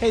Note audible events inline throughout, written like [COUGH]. Hey,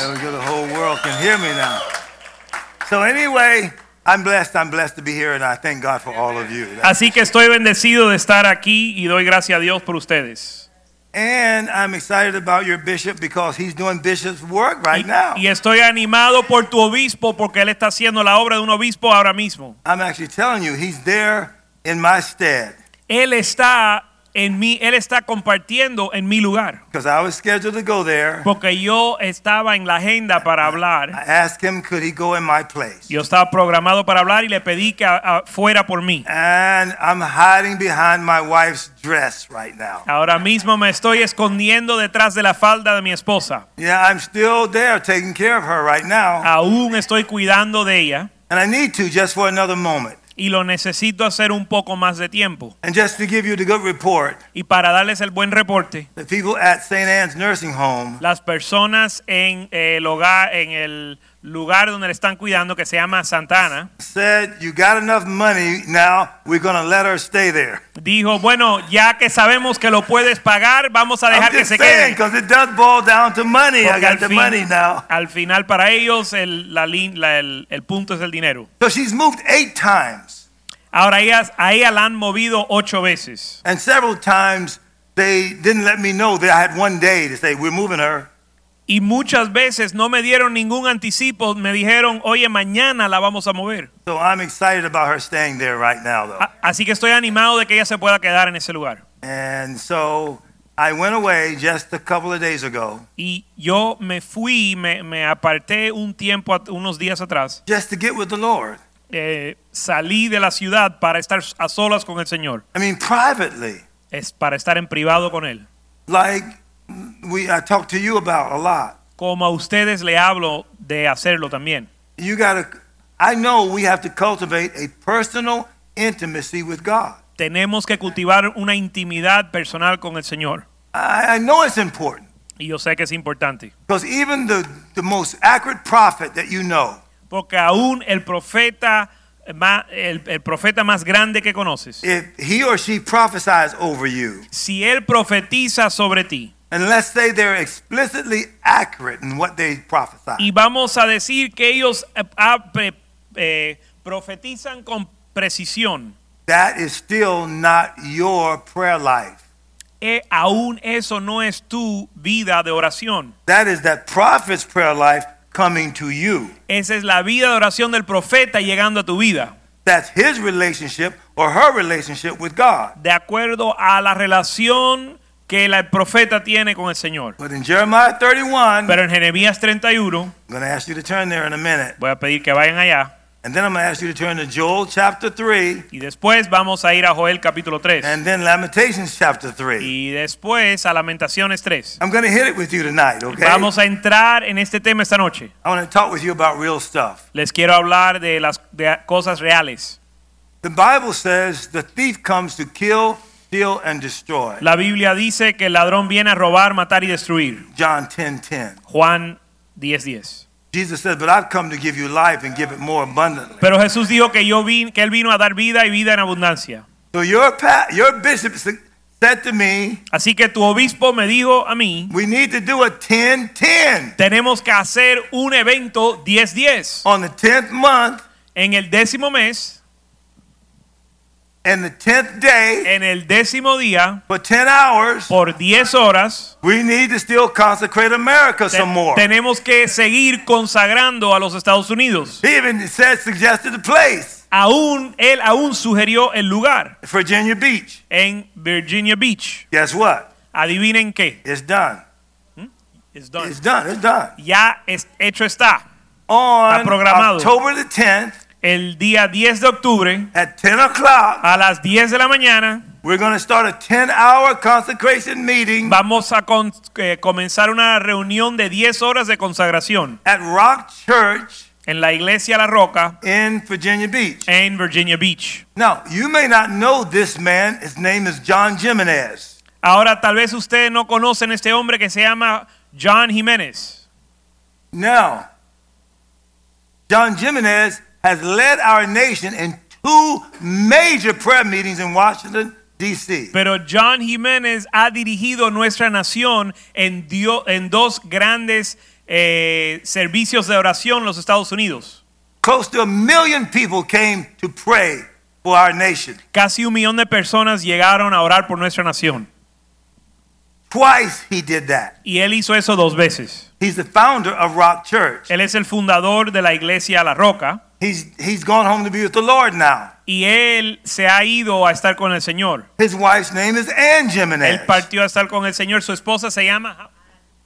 There we go. The whole world can hear me now. So anyway, I'm blessed. I'm blessed to be here, and I thank God for all of you. Así que estoy bendecido de estar aquí y doy gracias a Dios por ustedes. And I'm excited about your bishop because he's doing bishop's work right now. Y estoy animado por tu obispo porque él está haciendo la obra de un obispo ahora mismo. I'm actually telling you, he's there in my stead Él está en mí, él está compartiendo en mi lugar. because I was scheduled to go there. Porque yo estaba en la agenda para I hablar. asked him, could he go in my place? Yo estaba programado para hablar y le pedí que a- a- fuera por mí. And I'm hiding behind my wife's dress right now. Ahora mismo me estoy escondiendo detrás de la falda de mi esposa. Yeah, I'm still there taking care of her right now, Aún estoy cuidando de ella and I need to just for another moment. y lo necesito hacer un poco más de tiempo. And just to give you the good report, Y para darles el buen reporte, the people at St. Anne's Nursing Home, las personas en el hogar, en el lugar donde le están cuidando, que se llama Santana, said, You got enough money now, we're going to let her stay there. dijo, bueno, ya que sabemos que lo puedes pagar, vamos a dejar I'm que just se saying, quede. because it does boil down to money. I Porque got the money now. al final para ellos el, la lin- la- el, el punto es el dinero. So she's moved eight times, Ahora ellas, a ella la han movido ocho veces. and several times they didn't let me know that I had one day to say, We're moving her. Y muchas veces no me dieron ningún anticipo, me dijeron, oye, mañana la vamos a mover. So I'm excited about her staying there right now, though. A- así que estoy animado de que ella se pueda quedar en ese lugar. And so I went away just a couple of days ago Y yo me fui, me, me aparté un tiempo, at- unos días atrás, just to get with the Lord. eh, salí de la ciudad para estar a solas con el Señor, I mean, privately. es para estar en privado con Él. like we I talk to you about a lot. Como a ustedes le hablo de hacerlo también. You got to I know we have to cultivate a personal intimacy with God. Tenemos que cultivar una intimidad personal con el Señor. I, I know it's important Y yo sé que es importante. because even the, the most accurate prophet that you know, Porque aún el profeta más, el, el profeta más grande que conoces, if he or she prophesies over you, si él profetiza sobre ti, and let's say they're explicitly accurate in what they prophesy, Y vamos a decir que ellos eh, ah, pre- eh, profetizan con precisión. that is still not your prayer life. Eh, aún eso no es tu vida de oración. That is that prophet's prayer life coming to you. Esa es la vida de oración del profeta llegando a tu vida, That's his relationship or her relationship with God. de acuerdo a la relación que la- el profeta tiene con el Señor. But in Jeremiah 31, Pero en Jeremías 31, I'm going to ask you to turn there in a minute. voy a pedir que vayan allá, And then I'm going to ask you to turn to Joel chapter 3 y después vamos a ir a Joel capítulo 3, and then Lamentations chapter 3. y después a Lamentaciones 3. I'm going to hit it with you tonight, okay? Vamos a entrar en este tema esta noche. I want to talk with you about real stuff. Les quiero hablar de las de cosas reales. The Bible says the thief comes to kill, steal, and destroy. La Biblia dice que el ladrón viene a robar, matar y destruir. John 10:10. Juan 10:10. 10. Jesus said, But I've come to give you life and give it more abundantly. Pero Jesús dijo que yo vin- que él vino a dar vida y vida en abundancia. So your, pa- your bishop s- said to me, Así que tu obispo me dijo a mí, We need to do a 10 10. tenemos que hacer un evento 10-10 On the 10th month en el décimo mes, and the 10th day en el décimo día, for 10 hours. por 10 horas. We need to still consecrate America Te- some more. tenemos que seguir consagrando a los Estados Unidos. He even said suggested a place, Aún él aún sugirió el lugar Virginia Beach. en Virginia Beach. Guess what? Adivinen qué. It's done. It's done. It's done. It's done. Ya es- hecho está. On Está programado. October the 10th El día 10 de octubre at 10 o'clock, a las 10 de la mañana We're going to start a 10 hour consecration meeting Vamos a con- eh, comenzar una reunión de 10 horas de consagración at Rock Church en la iglesia La Roca in Virginia Beach. en Virginia Beach. Now, you may not know this man. His name is John Jimenez. Ahora tal vez ustedes no conocen este hombre que se llama John Jiménez. Now, John Jimenez has led our nation in two major prayer meetings in Washington, D.C. Pero John Jiménez ha dirigido nuestra nación en, dio- en dos grandes eh, servicios de oración en los Estados Unidos. Close to a million people came to pray for our nation. Casi un millón de personas llegaron a orar por nuestra nación. Twice he did that. Y él hizo eso dos veces. He's the founder of Rock Church. Él es el fundador de la iglesia La Roca He's, he's gone home to be with the Lord now. y él se ha ido a estar con el Señor. His wife's name is Ann Jimenez. Él partió a estar con el Señor. Su esposa se llama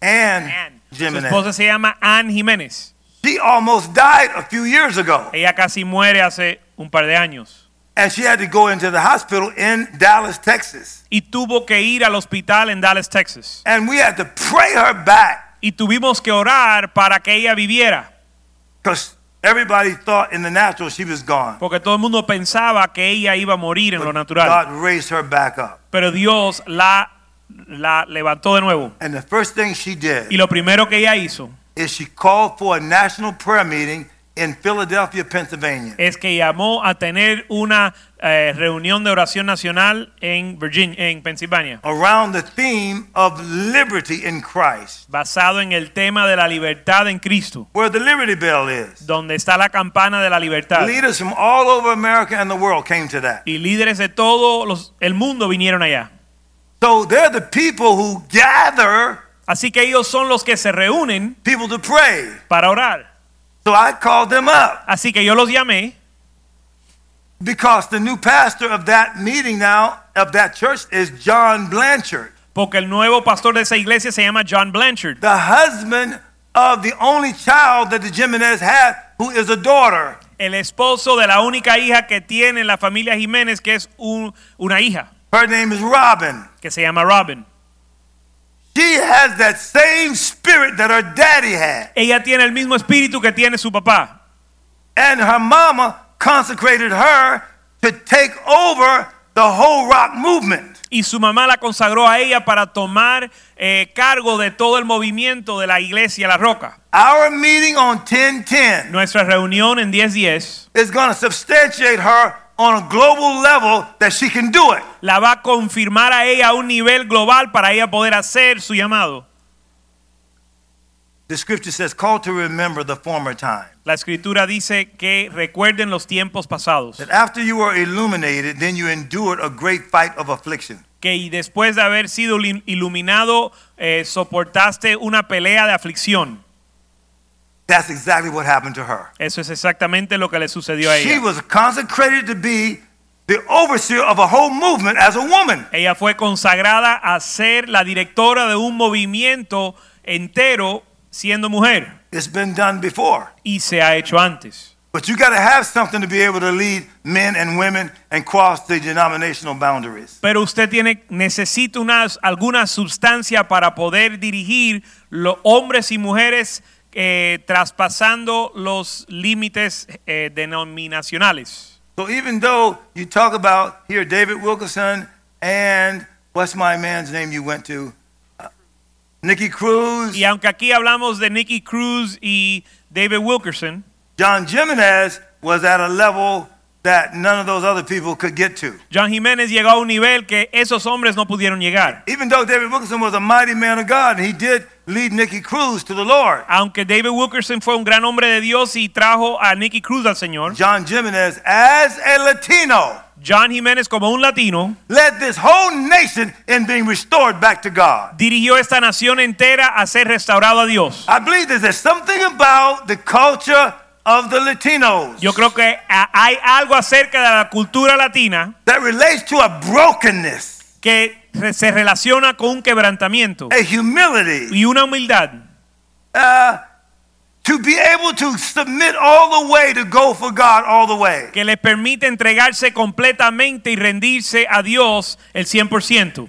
Ann Ann. Su Jimenez. esposa se llama Ann Jiménez. She almost died a few years ago, Ella casi muere hace un par de años and she had to go into the hospital in Dallas, Texas. y tuvo que ir al hospital en Dallas, Texas. And we had to pray her back Y tuvimos que orar para que ella viviera, because everybody thought in the natural she was gone. porque todo el mundo pensaba que ella iba a morir en lo natural. God raised her back up. Pero Dios la, la levantó de nuevo. And the first thing she did Y lo primero que ella hizo is she called for a national prayer meeting in Philadelphia, Pennsylvania. es que llamó a tener una eh, reunión de oración nacional en Virginia, en Pensilvania, around the theme of liberty in Christ, basado en el tema de la libertad en Cristo, where the Liberty Bell is. donde está la campana de la libertad. Leaders from all over America and the world came to that. Y líderes de todo los- el mundo vinieron allá. So they're the people who gather Así que ellos son los que se reúnen people to pray. para orar. So I called them up Así que yo los llamé because the new pastor of that meeting now, of that church, is John Blanchard, porque el nuevo pastor de esa iglesia se llama John Blanchard, the husband of the only child that the Jimenez had, who is a daughter. el esposo de la única hija que tiene la familia Jiménez, que es un- una hija, Her name is Robin. que se llama Robin. She has that same spirit that her daddy had. Ella tiene el mismo espíritu que tiene su papá. and her mama consecrated her to take over the whole rock movement. Y su mamá la consagró a ella para tomar eh, cargo de todo el movimiento de la iglesia La Roca. Our meeting on 1010 Nuestra reunión en 1010 is going to substantiate her on a global level that she can do it. la va a confirmar a ella a un nivel global para ella poder hacer su llamado. The scripture says, call to remember the former time. La escritura dice que recuerden los tiempos pasados, That after you were illuminated, then you endured a great fight of affliction. que y después de haber sido ilum- iluminado eh, soportaste una pelea de aflicción. That's exactly what happened to her. Eso es exactamente lo que le sucedió a She ella. was consecrated to be the overseer of a whole movement as a woman. Ella fue consagrada a ser la directora de un movimiento entero siendo mujer It's been done before. y se ha hecho antes. But you got to have something to be able to lead men and women and cross the denominational boundaries. Pero usted tiene necesita una, alguna sustancia para poder dirigir los hombres y mujeres eh, traspasando los límites eh, denominacionales. So even though you talk about here David Wilkerson and what's my man's name you went to, Uh, Nikki Cruz, Y aunque aquí hablamos de Nicky Cruz y David Wilkerson, John Jimenez was at a level that none of those other people could get to. John Jiménez llegó a un nivel que esos hombres no pudieron llegar. Even though David Wilkerson was a mighty man of God, he did lead Nikki Cruz to the Lord. aunque David Wilkerson fue un gran hombre de Dios y trajo a Nicky Cruz al Señor, John Jimenez, as a Latino, John Jiménez como un latino led this whole nation in being restored back to God. dirigió esta nación entera a ser restaurado a Dios. I believe that there's something about the culture of the Latinos Yo creo que a- hay algo acerca de la cultura latina that relates to a brokenness, que re- se relaciona con un quebrantamiento a humility, y una humildad uh, to be able to submit all the way to go for God all the way. que les permite entregarse completamente y rendirse a Dios el 100%.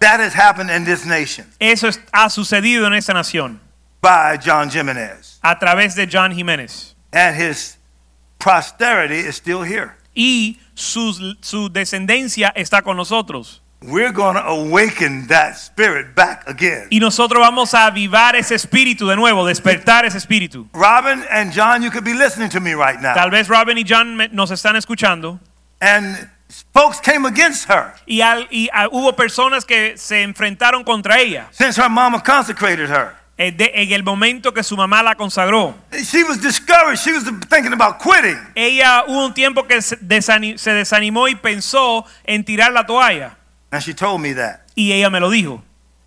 That has happened in this nation Eso es- ha sucedido en esta nación by John Jimenez. a través de John Jiménez. And his posterity is still here. Y sus- su descendencia está con nosotros. We're going to awaken that spirit back again. Y nosotros vamos a avivar ese espíritu de nuevo, despertar ese espíritu. Robin and John, you could be listening to me right now. Tal vez Robin y John me- nos están escuchando. And folks came against her Y, al- y, ah, hubo personas que se enfrentaron contra ella since her mama consecrated her. eh, de- en el momento que su mamá la consagró. She was discouraged. She was thinking about quitting. Ella hubo un tiempo que se desani- se desanimó y pensó en tirar la toalla. And she told me that. Y ella me lo dijo.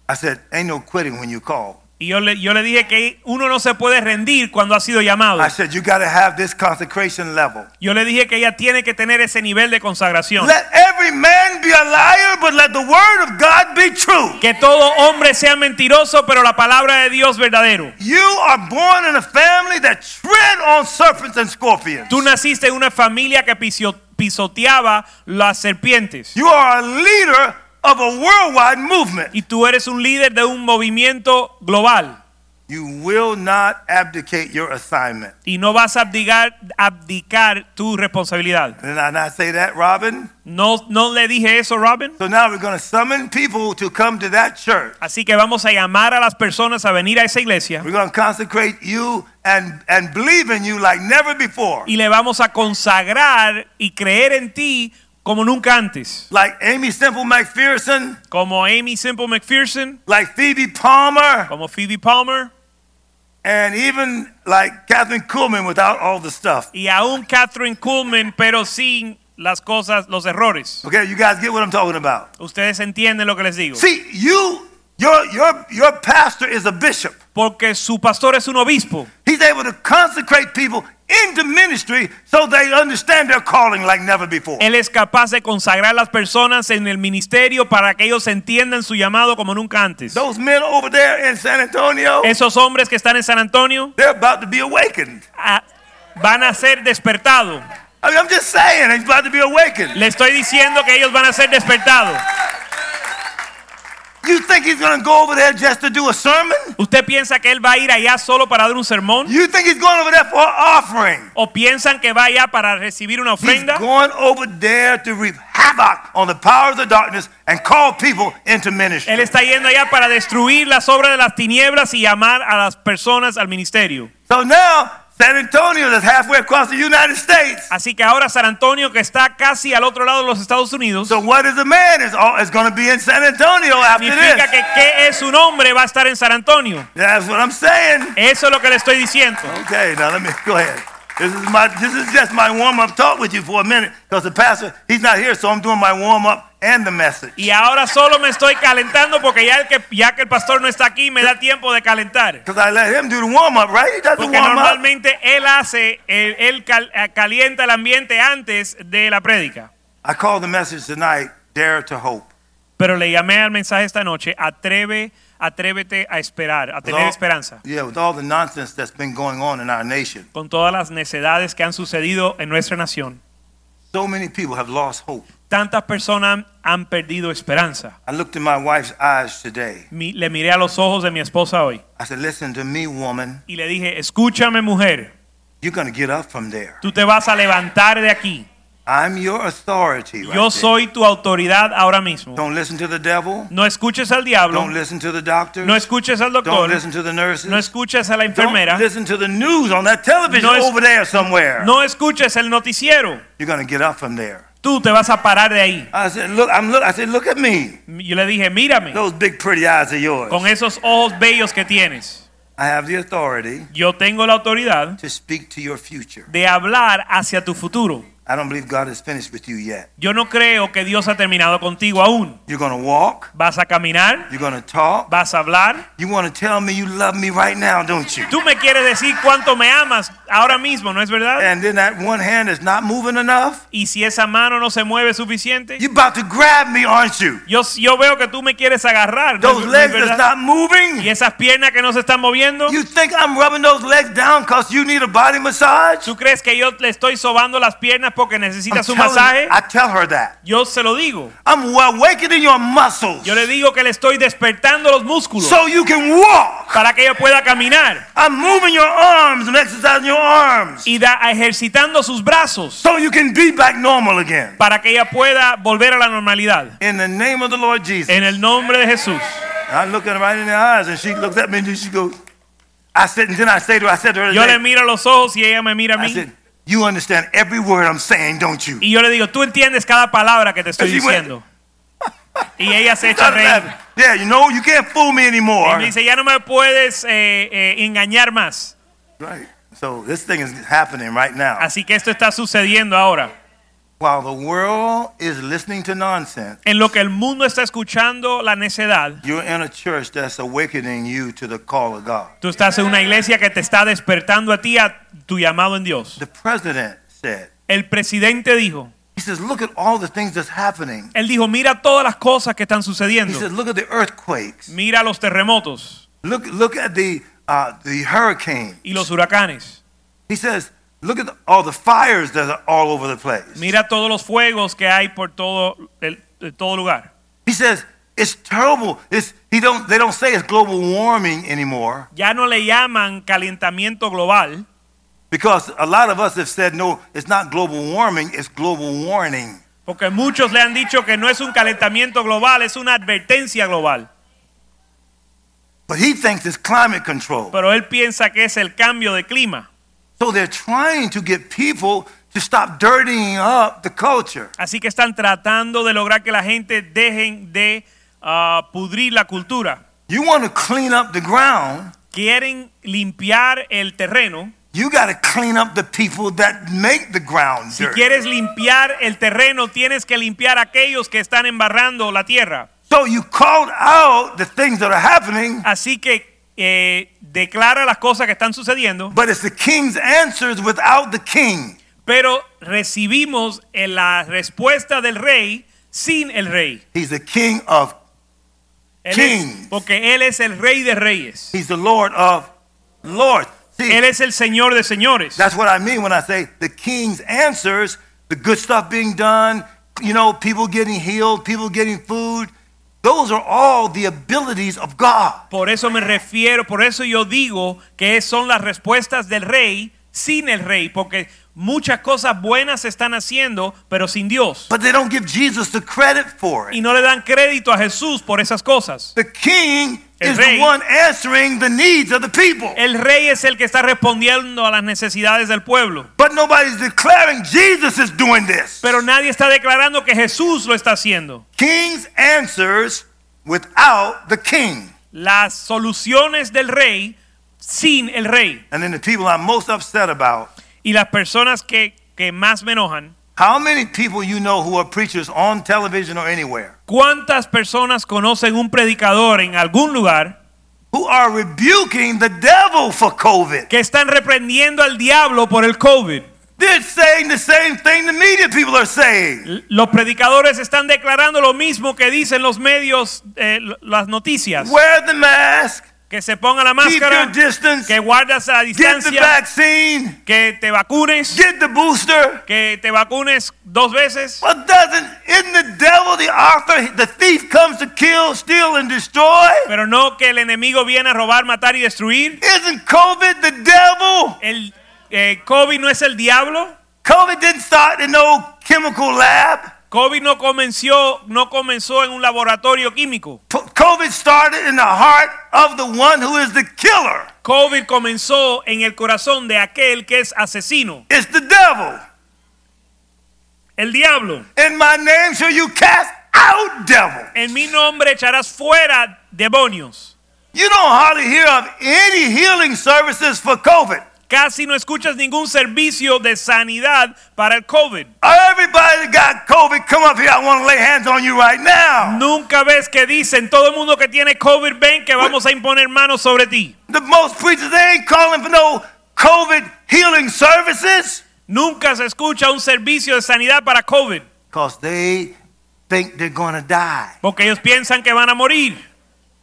I said, Ain't no quitting when you call. Y yo le, yo le dije que uno no se puede rendir cuando ha sido llamado. I said, You got to have this consecration level. Yo le dije que ella tiene que tener ese nivel de consagración. Let every man be a liar, but let the word of God be true. Que todo hombre sea mentiroso, pero la palabra de Dios verdadero. You are born in a family that tread on serpents and scorpions. Tú naciste en una familia que pisio- pisoteaba las serpientes. You are a leader of a worldwide movement. Y tú eres un líder de un movimiento global. You will not abdicate your assignment. Y no vas a abdicar, abdicar tu responsabilidad. Did I not say that, Robin? No, no le dije eso, Robin. So now we're going to summon people to come to that church. Así que vamos a llamar a las personas a venir a esa iglesia. We're going to consecrate you and, and believe in you like never before. y le vamos a consagrar y creer en ti como nunca antes. Like Amy Simple McPherson, Como Amy Simple McPherson, like Phoebe Palmer, como Phoebe Palmer and even like Catherine Kuhlman without all the stuff. y aún Catherine Kuhlman, pero sin las cosas, los errores. Okay, you guys get what I'm talking about. Ustedes entienden lo que les digo. See, you, your, your, your pastor is a bishop. Porque su pastor es un obispo He's able to consecrate people into ministry so they understand their calling like never before. Él es capaz de consagrar las personas en el ministerio para que ellos entiendan su llamado como nunca antes. Those men over there in San Antonio, Esos hombres que están en San Antonio they're about to be awakened. ah, van a ser despertados. I mean, I'm just saying, they're about to be awakened. Le estoy diciendo que ellos van a ser despertados. You think he's going to go over there just to do a sermon? ¿Usted piensa que él va a ir allá solo para dar un sermón? You think he's going over there for an offering? ¿O piensan que va allá para recibir una He's ofrenda? going over there to reap havoc on the powers of darkness and call people into ministry. Él está yendo allá para destruir las obras de las tinieblas y llamar a las personas al ministerio. So now, San Antonio is halfway across the United States. Así que ahora San Antonio, que está casi al otro lado de los Estados Unidos, So what is a man is, all, is going to be in San Antonio after significa this. que qué es un hombre va a estar en San Antonio. That's what I'm saying. Eso es lo que le estoy diciendo. Okay, now let me go ahead. This is my this is just my warm up talk with you for a minute because the pastor he's not here, so I'm doing my warm up and the message. Y ahora solo me estoy calentando porque ya, el que, ya que el pastor no está aquí, me da tiempo de calentar. Because I let him do the warm up, right? He does the Porque warm up. normalmente él hace, él, él cal- eh, calienta el ambiente antes de la prédica. I call the message tonight "Dare to Hope." Pero le llamé al mensaje esta noche, atreve, atrévete a esperar, a With tener all- esperanza. Yeah, with all the nonsense that's been going on in our nation, Con todas las necedades que han sucedido en nuestra nación, so many people have lost hope. tantas personas han perdido esperanza. I looked in my wife's eyes today. Mi- le miré a los ojos de mi esposa hoy I said, "Listen to me, woman. y le dije, escúchame mujer, You're gonna get up from there. tú te vas a levantar de aquí. I'm your authority." Right Yo there. soy tu autoridad ahora mismo. Don't listen to the devil. No escuches al diablo, Don't listen to the doctor. no escuches al Don't doctor, listen to the nurses. no escuches a la enfermera. Don't listen to the news on that television No es- over there somewhere. No escuches el noticiero. You're gonna get up from there. Tú te vas a parar de ahí. I said, look, I'm look. I said, look at me. Yo le dije, mírame, Those big pretty eyes of yours. con esos ojos bellos que tienes. I have the authority Yo tengo la autoridad to speak to your future. de hablar hacia tu futuro. I don't believe God is finished with you yet. Yo no creo que Dios ha terminado contigo aún. You're going to walk. Vas a caminar, You're going to talk. vas a hablar. You want to tell me you love me right now, don't you? Tú me quieres decir cuánto me amas ahora mismo, ¿no es verdad? And then that one hand is not moving enough. Y si esa mano no se mueve suficiente, You're about to grab me, aren't you? yo, yo veo que tú me quieres agarrar. ¿no es- Those no es legs verdad? that's not moving. Y esas piernas que no se están moviendo. You think I'm rubbing those legs down because you need a body massage? ¿Tú crees que yo le estoy sobando las piernas porque I'm necesitas un telling masaje? you, I tell her that. Yo se lo digo. I'm awakening your muscles Yo le digo que le estoy despertando los músculos so you can walk. para que yo pueda caminar I'm moving your arms. I'm exercising your arms y da, ejercitando sus brazos so you can be back normal again. para que ella pueda volver a la normalidad. In the name of the Lord Jesus. En el nombre de Jesús. I look at her right in the eyes, and she looks at me, and then she goes, I said, and then I say to her, I said to her, Yo today, le miro a los ojos y ella me mira a I mí said, you understand every word I'm saying, don't you? y yo le digo, tú entiendes cada palabra que te estoy She went- diciendo. Y ella se echa a Stop reír. laughing. Yeah, you know, you can't fool me Y anymore. me dice, ya no me puedes eh, eh, engañar más. Right. So this thing is happening right now. Así que esto está sucediendo ahora. While the world is listening to nonsense, En lo que el mundo está escuchando la necedad, you're in a church that's awakening you to the call of God. tú estás en una iglesia que te está despertando a ti a tu llamado en Dios. The president said, El presidente dijo, he says, look at all the things that's happening. él dijo, mira todas las cosas que están He sucediendo. says, look at the earthquakes. Mira los terremotos Look, look at the, uh, the hurricane. y los huracanes. He says, look at the- all the fires that are all over the place. Mira todos los fuegos que hay por todo, el, de todo lugar. He says, it's terrible. It's, he don't, they don't say it's global warming anymore Ya no le llaman calentamiento global because a lot of us have said, no, it's not global warming, it's global warning. porque muchos le han dicho que no es un calentamiento global, es una advertencia global. But he thinks it's climate control. Pero él piensa que es el cambio de clima. So they're trying to get people to stop dirtying up the culture. Así que están tratando de lograr que la gente dejen de ah, pudrir la cultura. You want to clean up the ground, Quieren limpiar el terreno. you got to clean up the people that make the ground Si dirty. quieres limpiar el terreno, tienes que limpiar a aquellos que están embarrando la tierra. So you called out the things that are happening, Así que eh, declara las cosas que están sucediendo, but it's the king's answers without the king. pero recibimos eh, la respuesta del rey sin el rey. He's the king of, Él es- Kings. porque él es el rey de reyes. he's the lord of lords. See, Él es el señor de señores. That's what I mean when I say the king's answers, the good stuff being done, you know, people getting healed, people getting food. Those are all the abilities of God. Por eso me refiero, por eso yo digo que son las respuestas del rey sin el rey, porque muchas cosas buenas se están haciendo, pero sin Dios. But they don't give Jesus the credit for Y it. no le dan crédito a Jesús por esas cosas. The king El is rey. the one answering the needs of the people. El rey es el que está respondiendo a las necesidades del pueblo. But nobody's declaring Jesus is doing this. Pero nadie está declarando que Jesús lo está haciendo. King's answers without the king. Las soluciones del rey sin el rey. And then the people I'm most upset about Y las personas que, que más me enojan, how many people you know who are preachers on television or anywhere? ¿cuántas personas conocen un predicador en algún lugar who are rebuking the devil for COVID. que están reprendiendo al diablo por el COVID. They're saying the same thing the media people are saying. L- Los predicadores están declarando lo mismo que dicen los medios, eh, l- las noticias. Wear the mask, Que se ponga la keep your máscara, distance, que guardas la get the distancia, vaccine, que te vacunes, get the booster. que te vacunes dos veces. Well, doesn't isn't the devil the author? The thief comes to kill, steal, and destroy. Pero no que el enemigo viene a robar, matar y destruir. Isn't COVID the devil? El eh, COVID no es el diablo. COVID didn't start in no chemical lab. COVID no comenzó, no comenzó en un laboratorio químico. P- COVID started in the heart of the one who is the killer. COVID comenzó en el corazón de aquel que es asesino, It's the devil. el diablo. In my name shall you cast out devil. En mi nombre echarás fuera demonios. You don't hardly hear of any healing services for COVID. Casi no escuchas ningún servicio de sanidad para el COVID. Everybody that got COVID, come up here. I want to lay hands on you right now. Nunca ves que dicen, todo el mundo que tiene COVID, ven que vamos a imponer manos sobre ti. The most preachers, they ain't calling for no COVID healing services Nunca se escucha un servicio de sanidad para COVID, because they think they're going to die. porque ellos piensan que van a morir.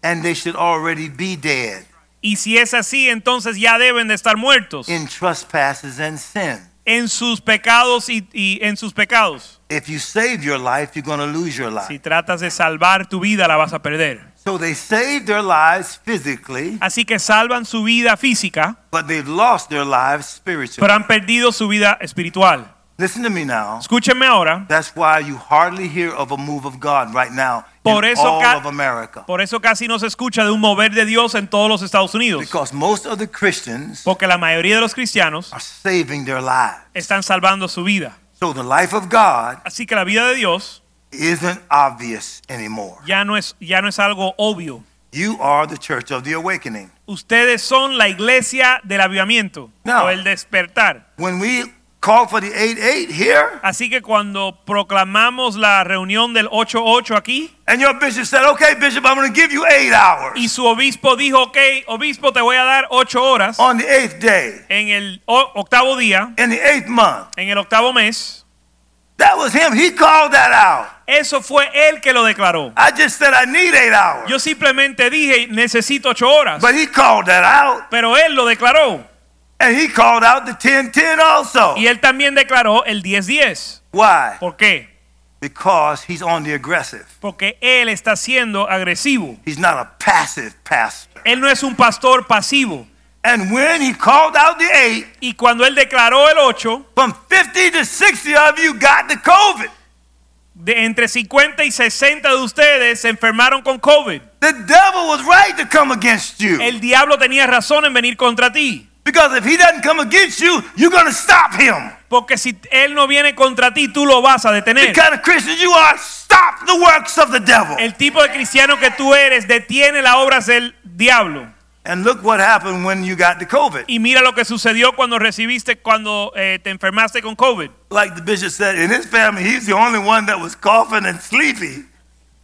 And they should already be dead Y si es así, entonces ya deben de estar muertos in trespasses and sin. en sus pecados y, y en sus pecados. If you save your life, you're going to lose your life. Si tratas de salvar tu vida, la vas a perder. So they saved their lives physically, Así que salvan su vida física, but they've lost their lives spiritually. pero han perdido su vida espiritual. Listen to me now. Escúchenme ahora. That's why you hardly hear of a move of God right now Por in eso all ca- of America. Por eso casi no se escucha de un mover de Dios en todos los Estados Unidos. Because most of the Christians Porque la mayoría de los cristianos are saving their lives. están salvando su vida. So the life of God Así que la vida de Dios isn't obvious anymore. ya no es, ya no es algo obvio. You are the church of the awakening. Ustedes son la iglesia del avivamiento No. o el despertar. When we call for the 8 8 here, Así que cuando proclamamos la reunión del 8-8 aquí and your bishop said, Okay, Bishop, I'm going to give you eight hours y su obispo dijo, ok, obispo, te voy a dar 8 horas on the eighth day, en el o- octavo día, in the eighth month. en el octavo mes, That was him. He called that out. eso fue él que lo declaró. I just said, I need eight hours. Yo simplemente dije, necesito 8 horas, But he called that out, pero él lo declaró. and he called out the 10 10 also. Y él también declaró el 10-10. Why? ¿Por qué? Because he's on the aggressive. Porque él está siendo agresivo. He's not a passive pastor. Él no es un pastor pasivo. And when he called out the eight, Y cuando él declaró el 8, from 50 to 60 of you got the COVID. de entre 50 y 60 de ustedes se enfermaron con COVID. The devil was right to come against you. El diablo tenía razón en venir contra ti. Because if he doesn't come against you, you're going to stop him. Porque si él no viene contra ti, tú lo vas a The detener. kind of Christian you are, stop the works of the devil. El tipo de cristiano que tú eres detiene las obras del diablo. And look what happened when you got the COVID. Y mira lo que sucedió cuando recibiste, cuando eh, te enfermaste con COVID. Like the bishop said, in his family, he's the only one that was coughing and sleepy.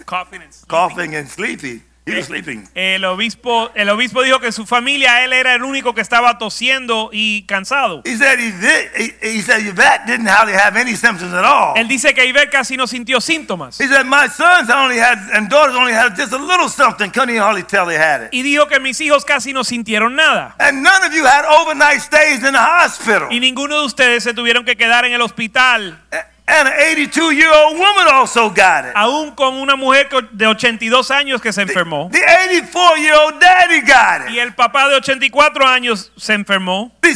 Coughing and sneezing. Coughing and sleepy. He was sleeping. El obispo, el obispo dijo que en su familia él era el único que estaba tosiendo y cansado. He said he did. He, he said Yvette didn't hardly have any symptoms at all. Él dice que Iber casi no sintió síntomas. He said my sons only had and daughters only had just a little something. Couldn't even hardly tell they had it. Y dijo que mis hijos casi no sintieron nada. And none of you had overnight stays in the hospital. Y ninguno de ustedes se tuvieron que quedar en el hospital, A- And an 82 year old woman also got it. aún con una mujer co- de 82 años que se enfermó. The 84 year old daddy got Y it. el papá de 84 años se enfermó. The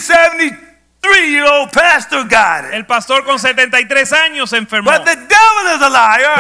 73 year old pastor got it. El pastor con 73 años se enfermó. But the devil is a Pero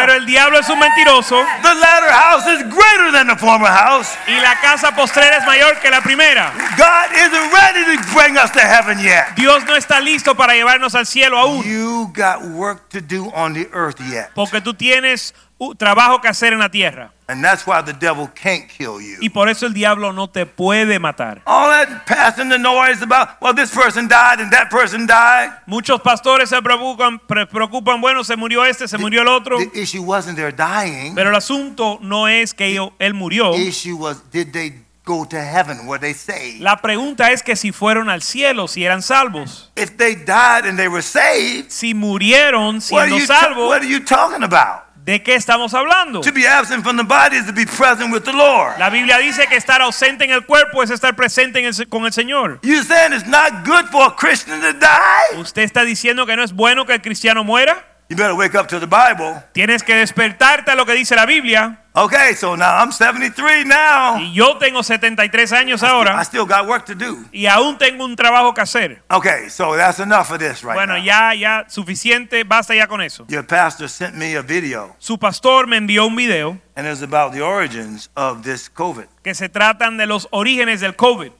liar. el diablo es un mentiroso The latter house is greater than the former house. y la casa postrera es mayor que la primera. God isn't ready to bring us to heaven yet. Dios no está listo para llevarnos al cielo aún, You got work to do on the earth yet. porque tú tienes uh, trabajo que hacer en la tierra. And that's why the devil can't kill you. Y por eso el diablo no te puede matar. All that passing the noise about, well, this person died and that person died. Muchos pastores se preocupan, pre- preocupan, bueno, se murió este, se murió el otro. The issue wasn't their dying. Pero el asunto no es que ello- él murió. The issue was, did they go to heaven? Were they saved? La pregunta es que si fueron al cielo, si eran salvos. If they died and they were saved, Si murieron what are siendo you, salvos, what are you talking about? ¿de qué estamos hablando? To be absent from the body is to be present with the Lord. La Biblia dice que estar ausente en el cuerpo es estar presente en el se- con el Señor. You saying it's not good for a Christian to die? ¿Usted está diciendo que no es bueno que el cristiano muera? You better wake up to the Bible. Tienes que despertarte a lo que dice la Biblia. Okay, so now I'm 73 now. Y yo tengo 73 años I ahora still got work to do. y aún tengo un trabajo que hacer. Okay, so that's enough of this right Bueno, now. ya, ya, suficiente, basta ya con eso. Your pastor sent me a video, Su pastor me envió un video and it's about the origins of this COVID. que se tratan de los orígenes del COVID.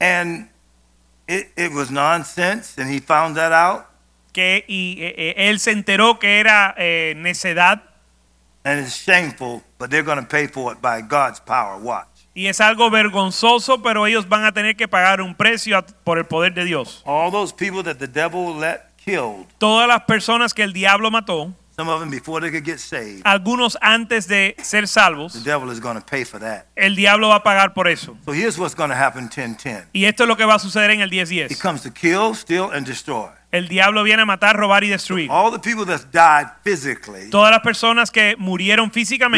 And it, it was nonsense, and he found that out. Que, y eh, eh, él se enteró que era eh, necedad, And it's shameful, but they're going to pay for it by God's power. Watch. Y es algo vergonzoso, pero ellos van a tener que pagar un precio a- por el poder de Dios. All those people that the devil let killed, Todas las personas que el diablo mató, some of them before they could get Ah. saved, algunos antes de ser the salvos, devil is going to pay for that. el diablo va a pagar por eso. So here's what's going to happen 1010. Y esto es lo que va a suceder en el He 10.10. comes to kill, steal, and destroy. El diablo viene a matar, robar y destruir. All the people that's died physically, Todas las personas que we're murieron going to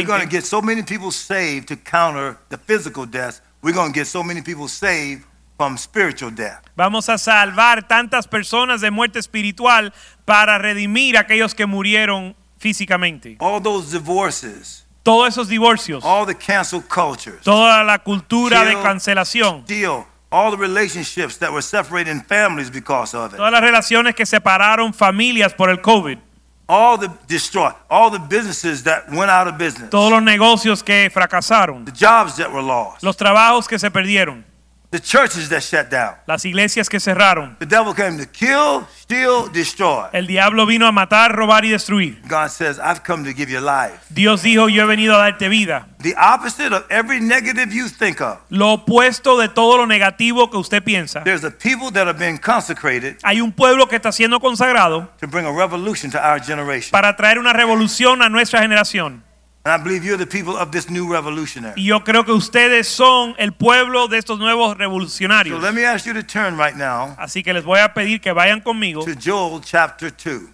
físicamente, get so many people saved to counter the physical death. We're going to get so many people saved from spiritual death. vamos a salvar tantas personas de muerte espiritual para redimir a aquellos que murieron físicamente. All those divorces, Todos esos divorcios, all the cancel cultures, toda la cultura de Kill. cancelación, steal, all the relationships that were separating families because of it, todas las relaciones que separaron familias por el COVID, all the destroy, all the businesses that went out of business, todos los negocios que fracasaron, the jobs that were lost, los trabajos que se perdieron, the churches that shut down. las iglesias que cerraron. The devil came to kill, steal, destroy. El diablo vino a matar, robar y destruir. God says, I've come to give you life. Dios dijo, yo he venido a darte vida. The opposite of every negative you think of. Lo opuesto de todo lo negativo que usted piensa. There's a people that have been consecrated Hay un pueblo que está siendo consagrado to bring a revolution to our generation. para traer una revolución a nuestra generación. And I believe you're the people of this new revolutionary. Y yo creo que ustedes son el pueblo de estos nuevos So revolucionarios. let me ask you to turn right now Así que les voy a pedir que vayan conmigo to Joel chapter 2.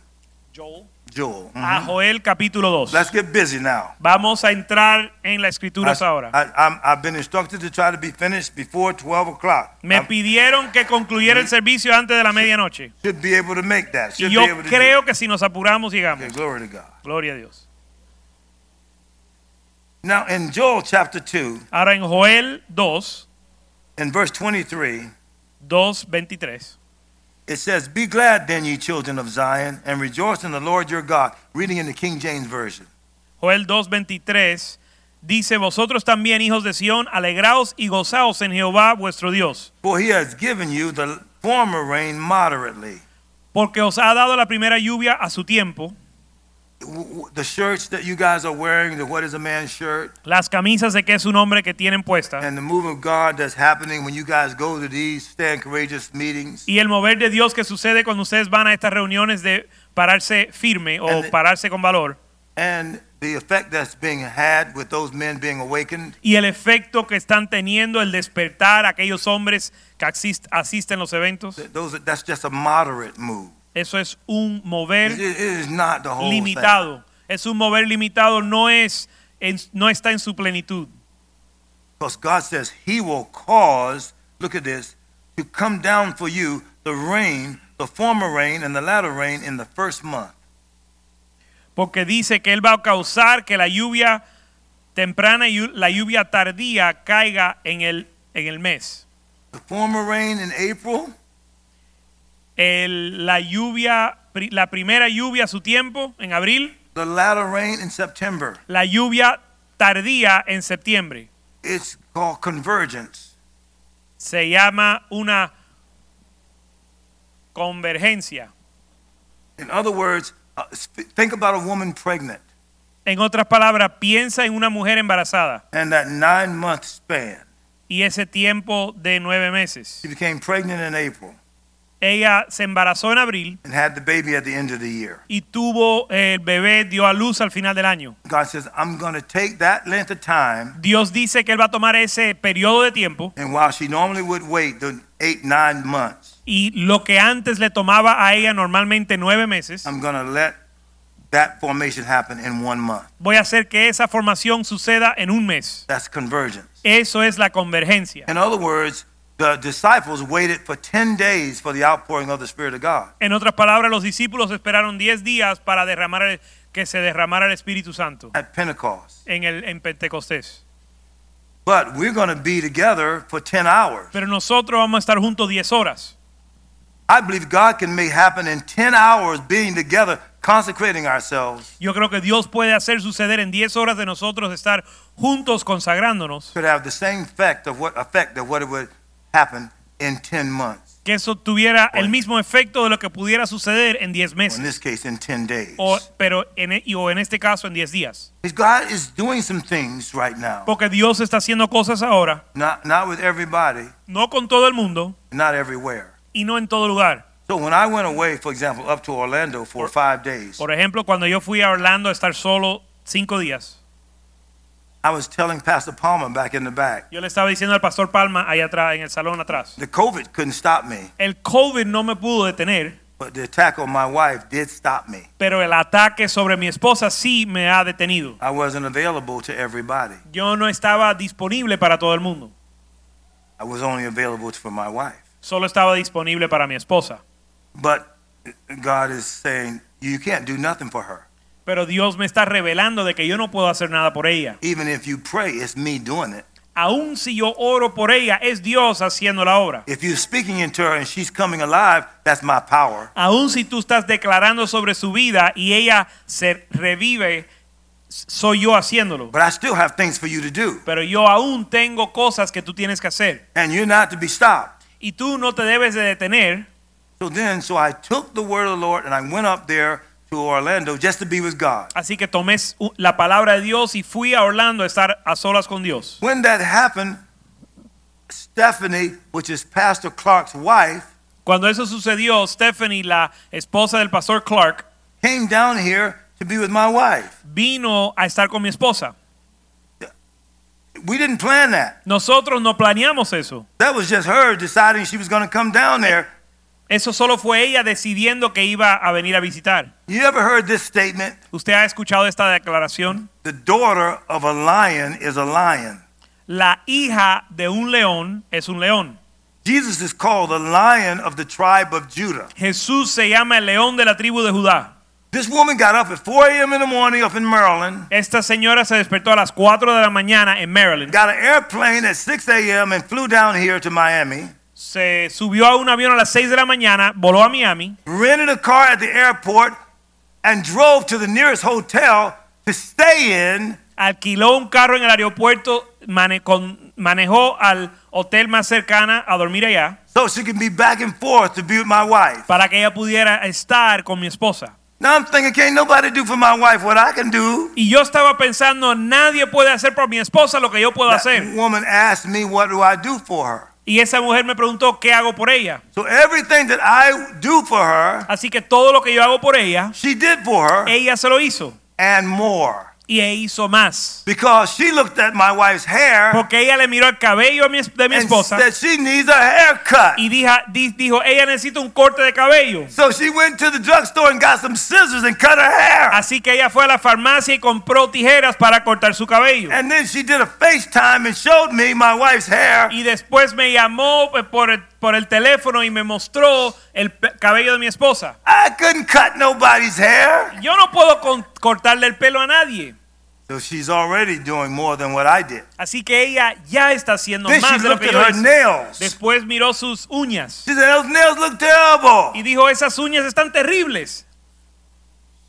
Joel. mhm. a Joel capítulo 2. Let's get busy now. Vamos a entrar en las escrituras ahora. I, have been instructed to try to be finished before 12 o'clock. Me I pidieron que concluyera el servicio antes de la medianoche. should be able to make that. Y Should yo be able to do it. creo que si nos apuramos llegamos. Okay, glory to God. Gloria a Dios. Now in Joel chapter 2, Ahora en Joel 2, in verse 23, 2, 23. It says, Be glad then, ye children of Zion, and rejoice in the Lord your God. Reading in the King James Version. Joel 2:23 dice, vosotros también, hijos de Sión, alegraos y gozaos en Jehová vuestro Dios, For he has given you the former rain moderately. porque os ha dado la primera lluvia a su tiempo, W- w- The shirts that you guys are wearing, the What is a Man shirt, las camisas de que es un hombre que tienen puesta, and the move of God that's happening when you guys go to these Stand Courageous meetings. y el mover de Dios que sucede cuando ustedes van a estas reuniones de pararse firme o And the- pararse con valor, And the effect that's being had with those men being awakened. y el efecto que están teniendo el despertar a aquellos hombres que asist- asisten a los eventos, th- Those, that's just a moderate move. eso es un It, mover it is not the whole thing. limitado, es un mover limitado, no, es, en- no está en su plenitud. Because God says He will cause, look at this, to come down for you the rain, the former rain and the latter rain in the first month. porque dice que él va a causar que la lluvia temprana y la lluvia tardía caiga en el, en el mes. The former rain in April El- la lluvia, pri- la primera lluvia a su tiempo, en abril, the latter rain in September. la lluvia tardía en septiembre. It's called convergence. Se llama una convergencia. In other words, uh, sp- think about a woman pregnant En otras palabras, piensa en una mujer embarazada and that nine month span. y ese tiempo de nueve meses. She became pregnant in April Ella se embarazó en abril and had the baby at the end of the year. y tuvo el bebé, dio a luz al final del año. God says, I'm going to take that length of time, Dios dice que Él va a tomar ese periodo de tiempo and while she normally would wait the eight, nine months, y lo que antes le tomaba a ella normalmente nueve meses, I'm going to let that formation happen in one month. voy a hacer que esa formación suceda en un mes. That's convergence. Eso es la convergencia. In other words, the disciples waited for 10 days for the outpouring of the Spirit of God. En otras palabras, los discípulos esperaron diez días para derramar el- que se derramara el Espíritu Santo At Pentecost. en, el, en Pentecostés. But we're going to be together for 10 hours. Pero nosotros vamos a estar juntos diez horas. I believe God can make happen in 10 hours being together, consecrating ourselves, Yo creo que Dios puede hacer suceder en diez horas de nosotros estar juntos consagrándonos. could have the same effect of what effect of what it would happen in 10 months. que eso tuviera el mismo efecto de lo que pudiera suceder en 10 or in meses, this case, in 10 days. o, pero en, e- y- o en este caso en 10 días. Because God is doing some things right now. Porque Dios está haciendo cosas ahora, Not, not with everybody, no con todo el mundo not everywhere. y no en todo lugar. So when I went away, for example, up to Orlando for five days, Por ejemplo, cuando yo fui a Orlando a estar solo 5 días, I was telling Pastor Palmer back in the back, yo le estaba diciendo al pastor Palma allá atrás, en el salón atrás, the COVID couldn't stop me, el COVID no me pudo detener, but the attack on my wife did stop me. pero el ataque sobre mi esposa sí me ha detenido. I wasn't available to everybody. Yo no estaba disponible para todo el mundo, I was only available for my wife. solo estaba disponible para mi esposa. But God is saying, you can't do nothing for her. Pero Dios me está revelando de que yo no puedo hacer nada por ella. Even if you pray, it's me doing it. Aun si yo oro por ella, es Dios haciendo la obra. If you're speaking into her and she's coming alive, that's my power. Aun si tú estás declarando sobre su vida y ella se revive, soy yo haciéndolo. But I still have things for you to do. Pero yo aún tengo cosas que tú tienes que hacer. And you're not to be stopped. Y tú no te debes de detener. So then, so I took the word of the Lord and I went up there to Orlando just to be with God. Así que tomé su- la palabra de Dios y fui a Orlando a estar a solas con Dios. When that happened, Stephanie, which is Pastor Clark's wife, Cuando eso sucedió, Stephanie, la esposa del pastor Clark, came down here to be with my wife. vino a estar con mi esposa. We didn't plan that. Nosotros no planeamos eso. That was just her deciding she was going to come down there. Eso solo fue ella decidiendo que iba a venir a visitar. You ever heard this statement? ¿Usted ha escuchado esta declaración? The daughter of a lion is a lion. La hija de un león es un león. Jesus is called the lion of the tribe of Judah. Jesús se llama el león de la tribu de Judá. This woman got up at 4 a.m. in the morning up in Maryland, Esta señora se despertó a las 4 de la mañana en Maryland. got an airplane at 6 a.m. and flew down here to Miami, Se subió a un avión a las 6 de la mañana, voló a Miami, rented a car at the airport, and drove to the nearest hotel to stay in alquiló un carro en el aeropuerto, mane- con- manejó al hotel más cercana a dormir allá so she could be back and forth to be with my wife. para que ella pudiera estar con mi esposa. Now I'm thinking, can't nobody do for my wife what I can do? Y yo estaba pensando, nadie puede hacer por mi esposa lo que yo puedo That hacer. woman asked me, what do I do for her? Y esa mujer me preguntó, ¿qué hago por ella? So everything that I do for her, Así que todo lo que yo hago por ella, she did for her ella se lo hizo. and more. Y ella hizo más. because she looked at my wife's hair Porque ella le miró el cabello a mi es- de mi and esposa said she needs a haircut. y dija- di- dijo, ella necesita un corte de cabello. So she went to the drugstore and got some scissors and cut her hair. Así que ella fue a la farmacia y compró tijeras para cortar su cabello. And then she did a FaceTime and showed me my wife's hair. Y después me llamó eh, por el, por el teléfono y me mostró el pe- cabello de mi esposa. I couldn't cut nobody's hair. Yo no puedo con- cortarle el pelo a nadie. So she's already doing more than what I did. Así que ella ya está haciendo Then she más de lo looked que at yo her hice. nails. She Después miró sus uñas said, Those nails look terrible. y dijo, esas uñas están terribles.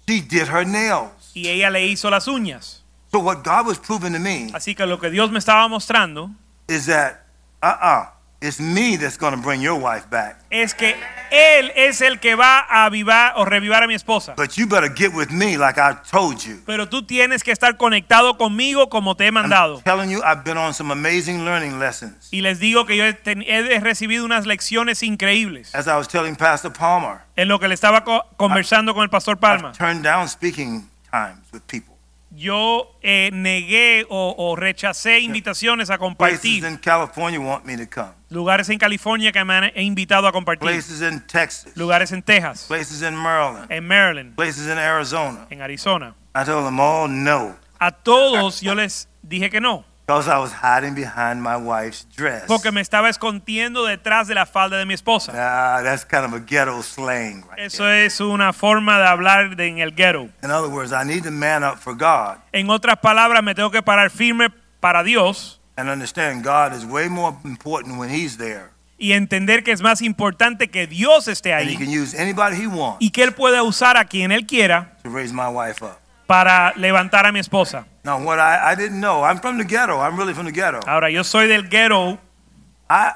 She did her nails. Y ella le hizo las uñas. So what God was proving to me Así que lo que Dios me estaba mostrando is that, uh uh it's me that's going to bring your wife back. es que Él es el que va a avivar o revivar a mi esposa. But you better get with me like I told you. Pero tú tienes que estar conectado conmigo como te he mandado. I'm telling you, I've been on some amazing learning lessons. Y les digo que yo he, ten- he recibido unas lecciones increíbles. As I was telling Pastor Palmer, En lo que le estaba co- conversando con el pastor Palma. I've turned down speaking times with people. Yo eh, negué o, o rechacé invitaciones Places a compartir. in California want me to come. Lugares en California que me han he invitado a compartir. Places in Texas. Lugares en Texas, Places in Maryland. en Maryland, Places in Arizona. en Arizona. I told them all no A todos yo les dije que no. because I was hiding behind my wife's dress. Porque me estaba escondiendo detrás de la falda de mi esposa. Ah, that's kind of a ghetto slang right Eso there. es una forma de hablar de- en el ghetto. In other words, I need to man up for God En otras palabras, me tengo que parar firme para Dios and understand God is way more important when He's there. y entender que es más importante que Dios esté And He ahí can use anybody He wants y que Él pueda usar a quien Él quiera to raise my wife up. para levantar a mi esposa. Now, what I, I didn't know, I'm from the ghetto. I'm really from the ghetto. Ahora, yo soy del ghetto, I,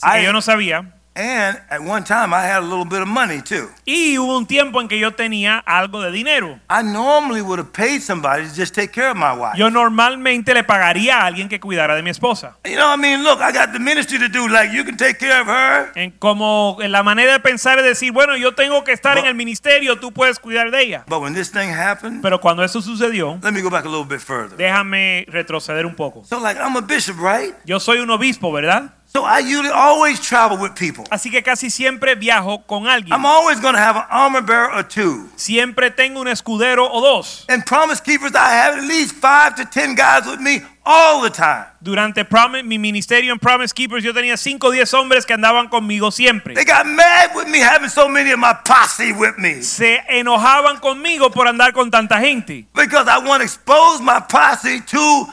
así que yo I, no sabía. And at one time, I had a little bit of money too. Y hubo un tiempo en que yo tenía algo de dinero. I normally would have paid somebody to just take care of my wife. Yo normalmente le pagaría a alguien que cuidara de mi esposa. You know, I mean, look, I got the ministry to do. Like, you can take care of her. En como en la manera de pensar es decir, bueno, yo tengo que estar en el ministerio, tú puedes cuidar de ella. But when this thing happened, Pero cuando eso sucedió, let me go back a little bit further. déjame retroceder un poco. So, like, I'm a bishop, right? Yo soy un obispo, ¿verdad? So I usually always travel with people. Así que casi siempre viajo con alguien. I'm always going to have an armor bearer or two. Siempre tengo un escudero o dos. And Promise Keepers, I have at least five to ten guys with me all the time. Durante Promi- mi ministerio en Promise Keepers yo tenía 5 o 10 hombres que andaban conmigo siempre. They got mad with me having so many of my posse with me Se enojaban conmigo por andar con tanta gente. because I want to expose my posse to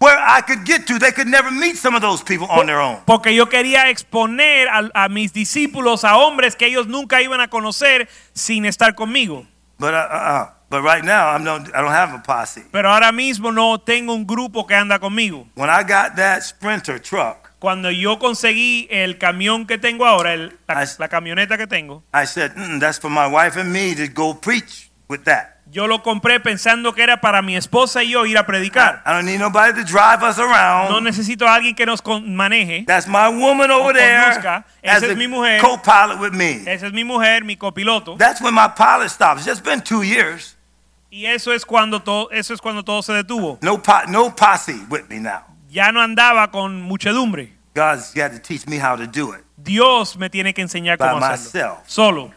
where I could get to. They could never meet some of those people on their own. Porque yo quería exponer a, a mis discípulos a hombres que ellos nunca iban a conocer sin estar conmigo. But uh, uh, uh, but right now I'm not, I don't have a posse. Pero ahora mismo no tengo un grupo que anda conmigo. When I got that Sprinter truck, Cuando yo conseguí el camión que tengo ahora, el- la, As- la camioneta que tengo, I said, mm, "That's for my wife and me to go preach with that." yo lo compré pensando que era para mi esposa y yo ir a predicar. I don't need nobody to drive us around. No necesito a alguien que nos con- maneje. That's my woman over conduzca. there Esa as es a mi mujer. co-pilot with me. Esa es mi mujer, mi copiloto. That's when my pilot stops. It's just been two years. Y eso es cuando todo, eso es cuando todo se detuvo. No, po- no posse with me now. Ya no andaba con muchedumbre. God's got to teach me how to do it. Dios me tiene que enseñar By cómo hacerlo. myself. Solo.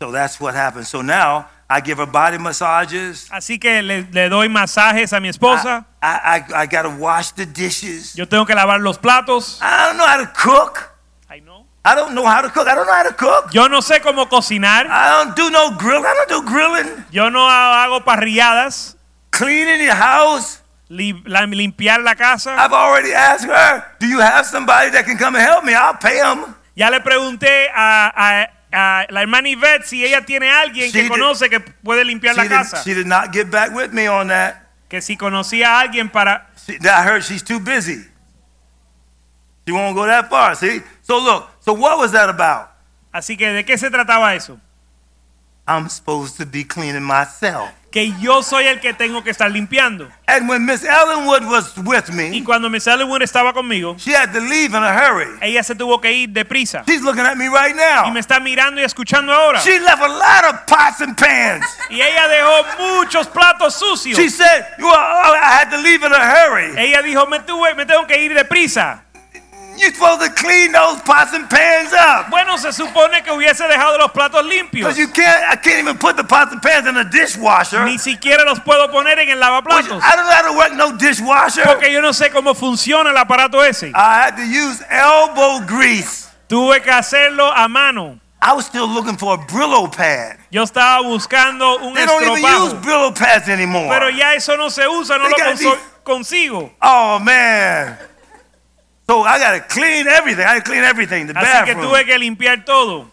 So that's what happened. So now I give her body massages. Así que le, le doy masajes a mi I, esposa. I, I, I got to wash the dishes. Yo tengo que lavar los platos. I don't know how to cook. Ay, no. I don't know how to cook. I don't know how to cook. Yo no sé cómo cocinar. I don't do no grill. I don't do grilling. Yo no ha- hago parrilladas. Cleaning the house. li- la- limpiar la casa. I've already asked her, do you have somebody that can come and help me? I'll pay him. Ya le pregunté a, a- a la hermana Ivette si ella tiene a alguien She que did- conoce que puede limpiar She la did, casa. she did not get back with me on that. que si conocía a alguien para... She, I heard she's too busy. She won't go that far, see? So look, so what was that about? Así que, ¿de qué se trataba eso? I'm supposed to be cleaning myself. Que yo soy el que tengo que estar limpiando. And when Miss Ellenwood was with Y me, cuando Miss Ellenwood estaba conmigo, she had to leave in a hurry. ella se tuvo que ir deprisa. She's looking at me right Y now. me está mirando y escuchando ahora. She left a lot of pots and pans. Y ella dejó muchos platos sucios. She said, well, I had to leave in a hurry. Ella dijo, me, tuve, me tengo que ir deprisa. You're supposed to clean those pots and pans up. Bueno, se supone que hubiese dejado los platos limpios. Because you can't, I can't even put the pots and pans in a dishwasher. Ni siquiera los puedo poner en el Which- lavaplatos. I don't know how to work no dishwasher. Porque yo no sé cómo funciona el aparato ese. I had to use elbow grease. Tuve que hacerlo a mano. I was still looking for a Brillo pad. Yo estaba buscando un They don't even use estropajo. Brillo pads anymore. Pero ya eso no se usa, no They lo got conso- these- consigo. oh man. So I gotta clean everything. I gotta clean everything. The Así que bathroom. tuve que limpiar todo.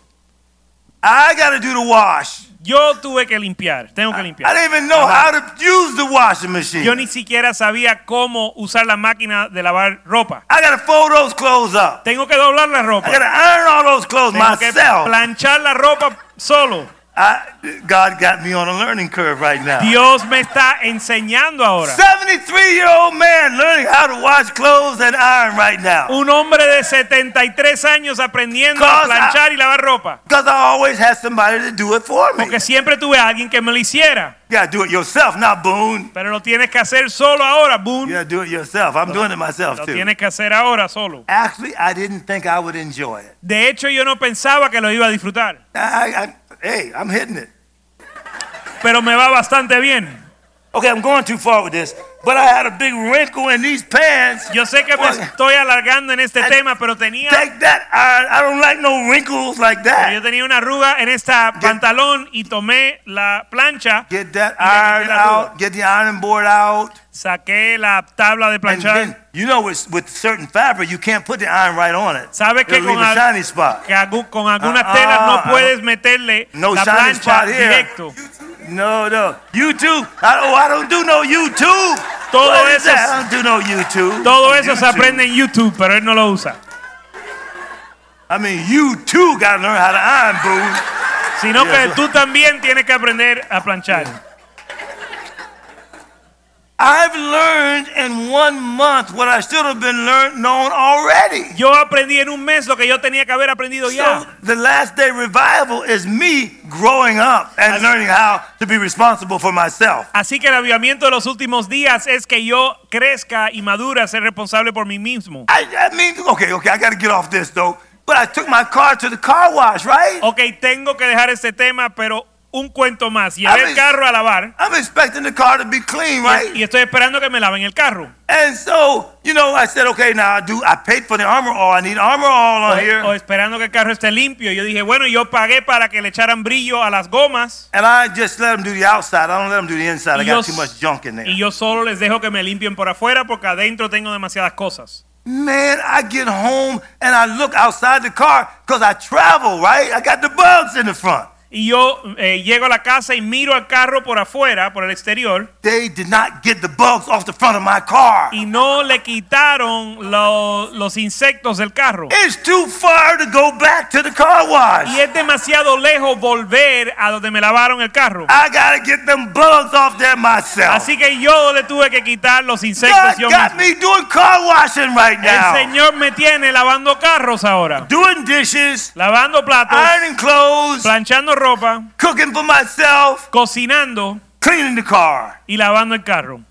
I gotta do the wash. Yo tuve que limpiar, tengo que I limpiar. didn't even know how to use the washing machine. Yo ni siquiera sabía cómo usar la máquina de lavar ropa. I gotta fold those clothes up. Tengo que doblar la I ropa. gotta iron all those clothes Tengo que myself. planchar la ropa solo. I, God got me on a learning curve right now. Dios me está enseñando ahora. 73 year old man learning how to wash clothes and iron right now. Un hombre de 73 años aprendiendo a Cosa- planchar y lavar ropa. Because I always had somebody to do it for me. Porque siempre tuve a alguien que me lo hiciera. You gotta do it yourself, not Boone. Pero lo tienes que hacer solo ahora, You Boone. gotta do it yourself. I'm doing it myself Lo too. tienes que hacer ahora solo. Actually, I didn't think I would enjoy it. De hecho, yo no pensaba que lo iba a disfrutar. I, I, hey, I'm hitting it. Pero me va bastante bien. Okay, I'm going too far with this, but I had a big wrinkle in these pants. Yo sé que me Well, estoy alargando en este I- tema, pero tenía, Take that iron. I don't like no wrinkles like pero yo that. tenía una arruga en esta pantalón y tomé la plancha, Get that Y le quité iron la arruga. out. Get the ironing board out. saqué la tabla de And then, planchar. you know, with, with certain fabric, you can't put the iron right on it. Sabe que It'll leave con a al- shiny spot. Que agu- con algunas Ah, telas ah, no puedes meterle No la shiny plancha spot here. directo. No, no. YouTube. I, oh, I don't do no YouTube. Todo What is eso es- that? I don't do no YouTube. Todo eso se YouTube. aprende en YouTube, pero él no lo usa. I mean, you too got to learn how to iron, boo. sino Yeah, que so- tú también tienes que aprender a planchar. I've learned in one month what I should have been learned, known already. Yo aprendí en un mes lo que yo tenía que haber aprendido So ya. the last day revival is me growing up and Así- learning how to be responsible for myself. Así que el avivamiento de los últimos días es que yo crezca y madura, ser responsable por mí mismo. I, I mean, okay, okay, I got to get off this though. But I took my car to the car wash, right? Ok, tengo que dejar este tema, pero un cuento A más. Llevé ver. el carro a lavar I'm expecting the car to be clean, right? y estoy esperando que me laven el carro. And so, you know, I said, okay, now I do. I paid for the armor oil. I need armor oil O, on here. o esperando que el carro esté limpio. Yo dije, bueno, yo pagué para que le echaran brillo a las gomas And I just let them do the outside. I don't let them do the inside. I Y got yo- too much junk in there. y yo solo les dejo que me limpien por afuera porque adentro tengo demasiadas cosas. Man, I get home and I look outside the car because I travel, right? I got the bugs in the front. Y yo eh, llego a la casa y miro al carro por afuera, por el exterior, They did not get the bugs off the front of my car. y no le quitaron lo- los insectos del carro. It's too far to go back to the car wash. Y es demasiado lejos volver a donde me lavaron el carro. I gotta get them bugs off there myself. Así que yo le tuve que quitar los insectos God yo got mismo. me doing car washing right El now, Señor me tiene lavando carros ahora, doing dishes, lavando platos, ironing clothes, planchando ropa, cooking for myself, cocinando cleaning the car. y lavando el carro.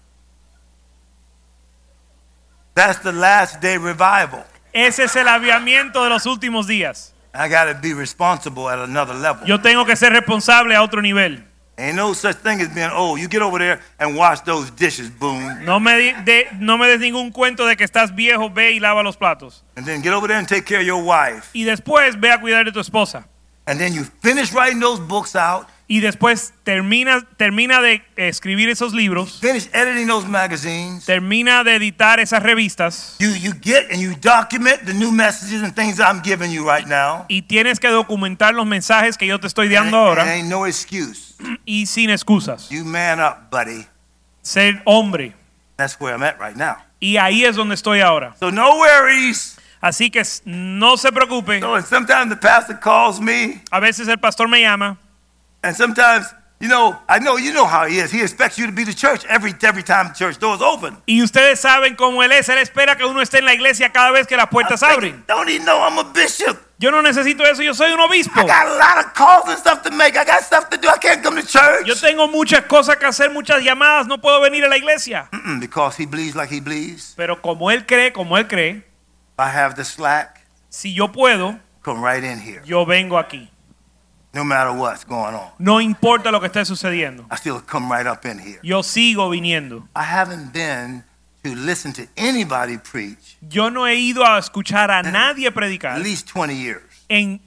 That's the last day revival. Ese es el aviamiento de los últimos días. I gotta be responsible at another level. Yo tengo que ser responsable a otro nivel. Ain't no such thing as being old. You get over there and wash those dishes, boom. No me, di- de- no me des ningún cuento de que estás viejo, ve y lava los platos. And then get over there and take care of your wife. Y después ve a cuidar de tu esposa. And then you finish writing those books out, Y después termina, termina de escribir esos libros, finish editing those magazines. termina de editar esas revistas You, you get and you document the new messages and things I'm giving you right now. y tienes que documentar los mensajes que yo te estoy And, and dando ahora ain't no excuse. y sin excusas. You man up, buddy. Ser hombre. That's where I'm at right now. Y ahí es donde estoy ahora. So no worries. Así que s- no se preocupe. So and sometimes the pastor calls me, A veces el pastor me llama and sometimes, you know, I know you know how he is. He expects you to be the church every every time the church doors open. y ustedes saben cómo él es. Él espera que uno esté en la iglesia cada vez que las puertas abren. Don't even know I'm a bishop. Yo no necesito eso, yo soy un obispo. I got a lot of calls and stuff to make. I got stuff to do. I can't come to church. Yo tengo muchas cosas que hacer, muchas llamadas, no puedo venir a la iglesia. Mm-mm, because he bleeds like he bleeds. Pero como él cree, como él cree, If I have the slack, si yo puedo, come right in here. yo vengo aquí. No matter what's going on, No importa lo que esté sucediendo, I still come right up in here. yo sigo viniendo. I haven't been to listen to anybody preach Yo no he ido a escuchar a nadie predicar at least 20 years. en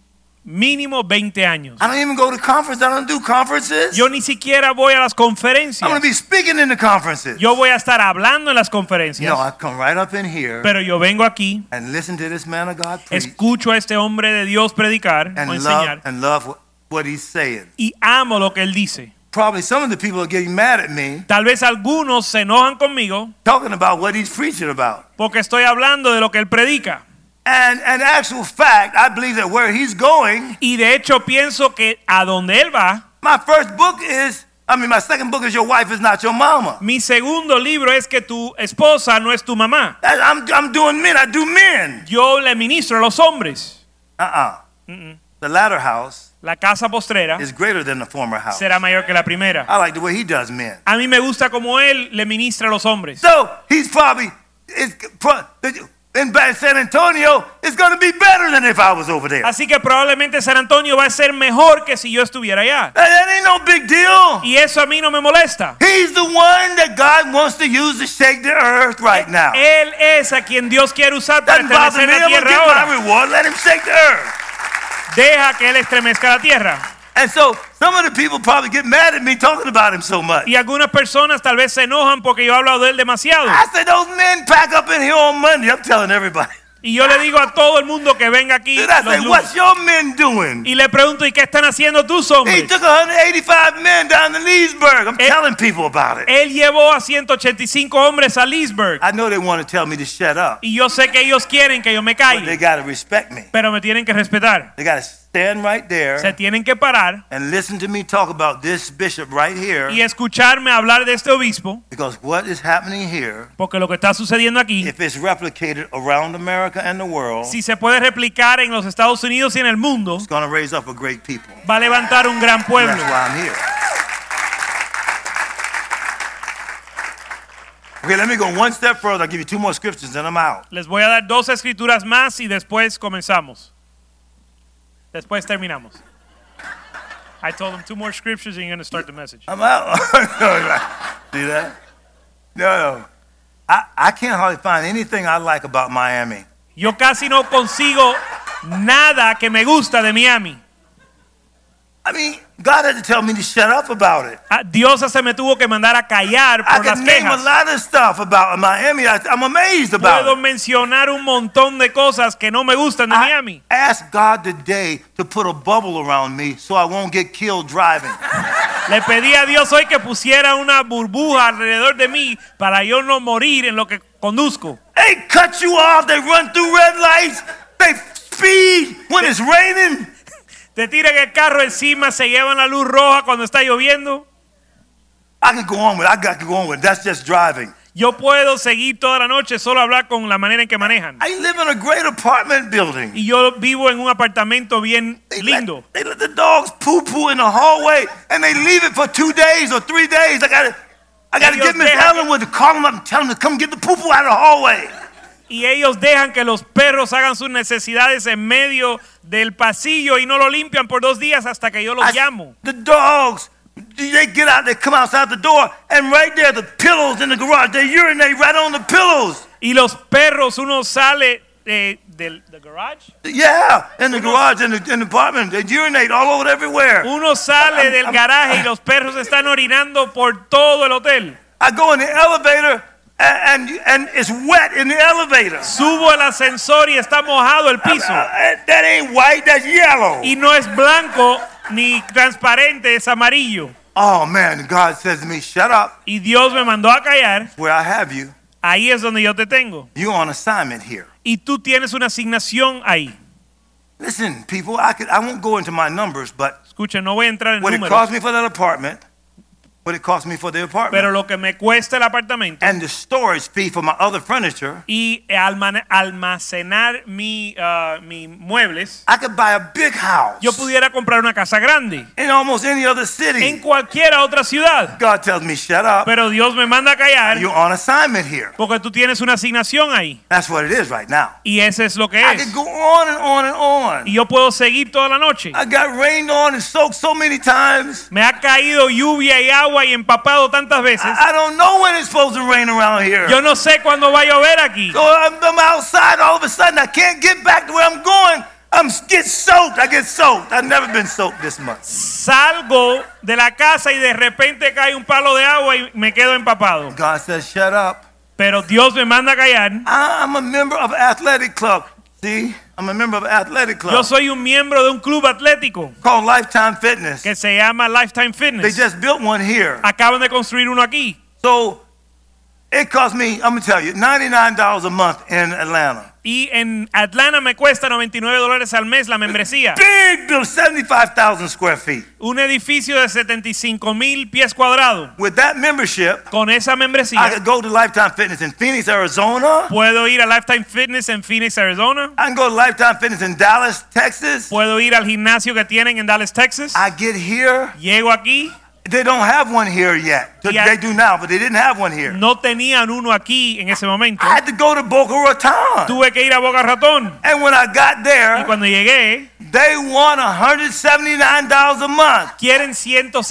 mínimo 20 años. I don't even go to conferences. I don't do conferences. Yo ni siquiera voy a las I'm going conferencias. to be speaking in the conferences. Yo voy a estar hablando en las no, ah, conferencias, I come right up in here pero yo vengo aquí, and listen to this man of God preach escucho a este hombre de Dios predicar o and love enseñar and love what- what he's saying. y amo lo que él dice. Probably some of the people are getting mad at me. Tal vez algunos se enojan conmigo talking about what he's preaching about. porque estoy hablando de lo que él predica. And an actual fact, I believe that where he's going, Y de hecho pienso que a donde él va, my first book is, I mean, my second book is Your Wife Is Not Your Mama. mi segundo libro es que tu esposa no es tu mamá. That- I'm, I'm doing men, I do men. Yo le ministro a los hombres. Uh uh The latter house La casa postrera is greater than the former house. será mayor que la primera. I like the way he does men. A mí me gusta como él le ministra a los hombres. So he's probably, it's, pro- in Ba- San Antonio, it's going to be better than if I was over there. Así que probablemente San Antonio va a ser mejor que si yo estuviera allá. That- that ain't no big deal. Y eso a mí no me molesta. He's the one that God wants to use to shake the earth right now. Él es a quien Dios quiere usar para Doesn't bother me. estremecer la I'm gonna tierra get ahora. my reward. Let him shake the earth. Deja que él estremezca la tierra. And so some of the people probably get mad at me talking about him so much. Y algunas personas tal vez se enojan porque yo he hablado de él demasiado. I said those men pack up in here on Monday. I'm telling everybody. [LAUGHS] Y yo le digo a todo el mundo que venga aquí Then I los say, lunes. what's your men doing? y le pregunto, ¿y qué están haciendo tus He hombres? took 185 men down to Leesburg. I'm Eh. telling people about it. Él llevó a 185 hombres a Leesburg. I know they want to tell me to shut up, Y yo sé que ellos quieren que yo me but they calle, got to respect me. pero me tienen que respetar. They got to stand right Se there tienen que parar and listen to me talk about this bishop right here y escucharme hablar de este obispo, because what is happening here, porque lo que está sucediendo aquí, if it's replicated around America and the world, si se puede replicar en los Estados Unidos y en el mundo, it's going to raise up a great people. va a levantar un gran And pueblo. That's why I'm here. Okay, let me go one step further. I'll give you two more scriptures, then I'm out. Les voy a dar dos escrituras más y después comenzamos. Después terminamos. I told them two more scriptures and you're going to start the message. I'm out. [LAUGHS] See that? No, no. I, I can't hardly find anything I like about Miami. Yo casi no consigo nada que me gusta de Miami. I mean, God had to tell me to shut up about it. Ah, Dios se me tuvo que mandar a callar I por las can name a quejas. lot of stuff about Miami. I, I'm amazed about Puedo it. Ah. mencionar un montón de cosas que no me gustan de I Miami. asked God today to put a bubble around me so I won't get killed driving. Le pedí a Dios hoy que pusiera una burbuja alrededor de mí para yo no morir en lo que conduzco. They cut you off. They run through red lights. They speed when it's raining. Te tiran el carro encima, se llevan la luz roja cuando está lloviendo. I could go on with. I got to go on with. That's just driving. Yo puedo seguir toda la noche solo hablar con la manera en que manejan. I live in a great apartment building. Y yo vivo en un apartamento bien They let- lindo. they let the dogs poo poo in the hallway and they leave it for two days or three days. I gotta, I gotta Ellos get Miss dejan- Ellen with to call them up and tell them to come get the poo poo out of the hallway. Y ellos dejan que los perros hagan sus necesidades en medio del pasillo y no lo limpian por dos días hasta que yo los I- llamo. the dogs, they get out, they come outside the door, and right there, the pillows in the garage, they urinate right on the pillows. Y los perros, uno sale eh, del del garage. Yeah, in the garage, in the, in the apartment, they urinate all over everywhere. Uno sale del garaje y los perros están orinando por todo el hotel. I go in the elevator, and and, and it's wet in the elevator. Subo al ascensor y está mojado el piso. Uh, that ain't white, that's yellow. Y no es blanco ni transparente, es amarillo. Oh man, God says to me, shut up Y Dios me mandó a callar. where I have you. Ahí es donde yo te tengo. You're on assignment here. Y tú tienes una asignación ahí. Listen, people, I could I won't go into my numbers, but Escuchen, no voy a entrar en what it números. cost me for that apartment, what it cost me for the apartment, Pero lo que me cuesta el apartamento and the storage fee for my other furniture, y alma- almacenar mi, ah, mis muebles, I could buy a big house yo pudiera comprar una casa grande in almost any other city. en cualquiera otra ciudad. God tells me, shut up. Pero Dios me manda a callar You're on assignment here. porque tú tienes una asignación ahí. That's what it is right now. Y ese es lo que I es. could go on and on and Y on. yo puedo seguir toda la noche. I got rained on and soaked so many times. Me ha caído lluvia y agua y empapado tantas veces. I, I don't know when it's supposed to rain around here. Yo no sé cuándo va a llover aquí. So I'm, I'm outside all of a sudden. I can't get back to where I'm going. I'm get soaked. I get soaked. I've never been soaked this much. Salgo de la casa y de repente cae un palo de agua y me quedo empapado. God says, shut up. Pero Dios me manda a callar. I- I'm a member of an athletic club. See, I'm a member of an athletic Yo club soy un miembro de un club atlético called Lifetime Fitness. que se llama Lifetime They Fitness. just built one here. Acaban de construir uno aquí. So it cost me, I'm going to tell you, $99 a month in Atlanta. Y en Atlanta me cuesta 99 dólares al mes [LAUGHS] la membresía. Big building, 75,000 square feet. Un edificio de 75 mil pies cuadrados. With that membership, Con esa I membresía could go to Lifetime Fitness in Phoenix, Arizona. puedo ir a Lifetime Fitness en Phoenix, Arizona. I can go to Lifetime Fitness in Dallas, Texas. Puedo ir al gimnasio que tienen en Dallas, Texas. I get here. Llego aquí. They don't have one here yet. Th- Yeah. Mm. They do now, but they didn't have one here. No tenían uno aquí en ese momento. I had to go to Boca Raton. Tuve que ir a Boca Ratón. And when I got Y there, cuando llegué, they won $179 a month. quieren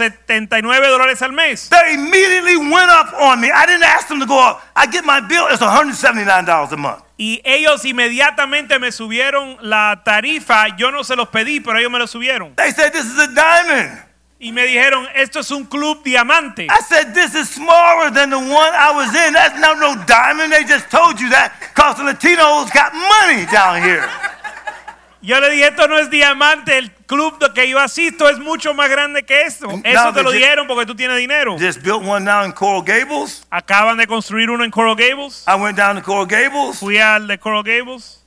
179 dólares al mes. They immediately went up on me. I didn't ask them to go up. I get my bill, it's $179 a month. Y ellos inmediatamente me subieron la tarifa. Yo no se los pedí, pero ellos me lo subieron. They said, This is a diamond. Y me dijeron, esto es un club diamante. I said, this is smaller than the one I was in. That's not no diamond. They just told you that because the Latinos got money down here. [LAUGHS] Yo le dije, esto no es diamante, el club de que yo asisto es mucho más grande que esto. No, Eso te they lo ju- dieron porque tú tienes dinero. Just built one now in Coral Gables. Acaban de construir uno en Coral Gables. I went down to Coral Gables. Fui al de Coral Gables.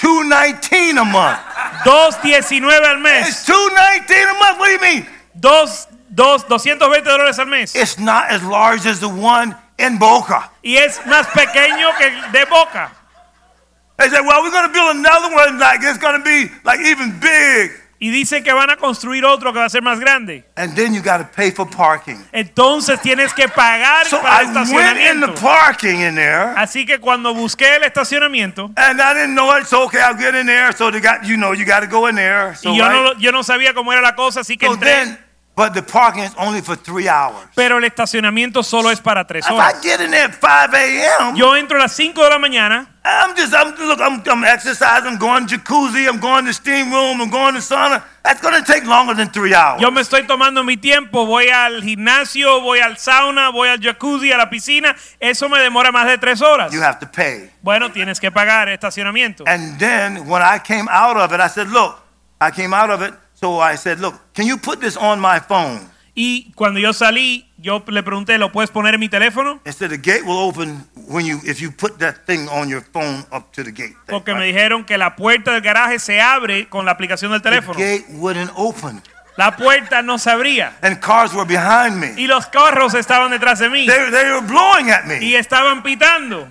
219 a month. 2.19 al mes. It's 219 a month. What do you mean? Dos, dos, 220 dólares al mes. It's not as large as the one in Boca. Y es más pequeño que el de Boca. They said, well, we're going to build another one like it's going to be like even big. Y dicen que van a construir otro que va a ser más grande. And then you got to pay for parking. Entonces tienes que pagar So I para el went in the estacionamiento. parking in there, Así que cuando busqué el estacionamiento, and I didn't know it. So okay, I'll get in there. So they got, you know, you got to go in there. So, y yo, no, right? lo- yo no sabía cómo era la cosa, así que so entré. then, but the parking is only for three hours. pero el estacionamiento solo es para tres If I horas. get in there at 5 a.m., Yo entro a las 5 de la mañana, I'm just, I'm look, I'm, I'm exercising, I'm going to jacuzzi, I'm going to steam room, I'm going to sauna. That's going to take longer than three hours. yo me estoy tomando mi tiempo, voy al gimnasio, voy al sauna, voy al jacuzzi, a la piscina, eso me demora más de tres horas. You have to pay. Bueno, tienes que pagar estacionamiento. And then when I came out of it, I said, look, I came out of it. So I said, look, can you put this on my phone? Y cuando yo salí, yo le pregunté, ¿lo puedes poner en mi teléfono? It said the gate will open when you if you put that thing on your phone up to the gate. thing, Porque me right? dijeron que la puerta del garaje se abre con la aplicación del The teléfono. gate wouldn't open, La puerta no se abría. and cars were behind me. Y los carros estaban detrás de mí. They, they were blowing at Y me. estaban pitando.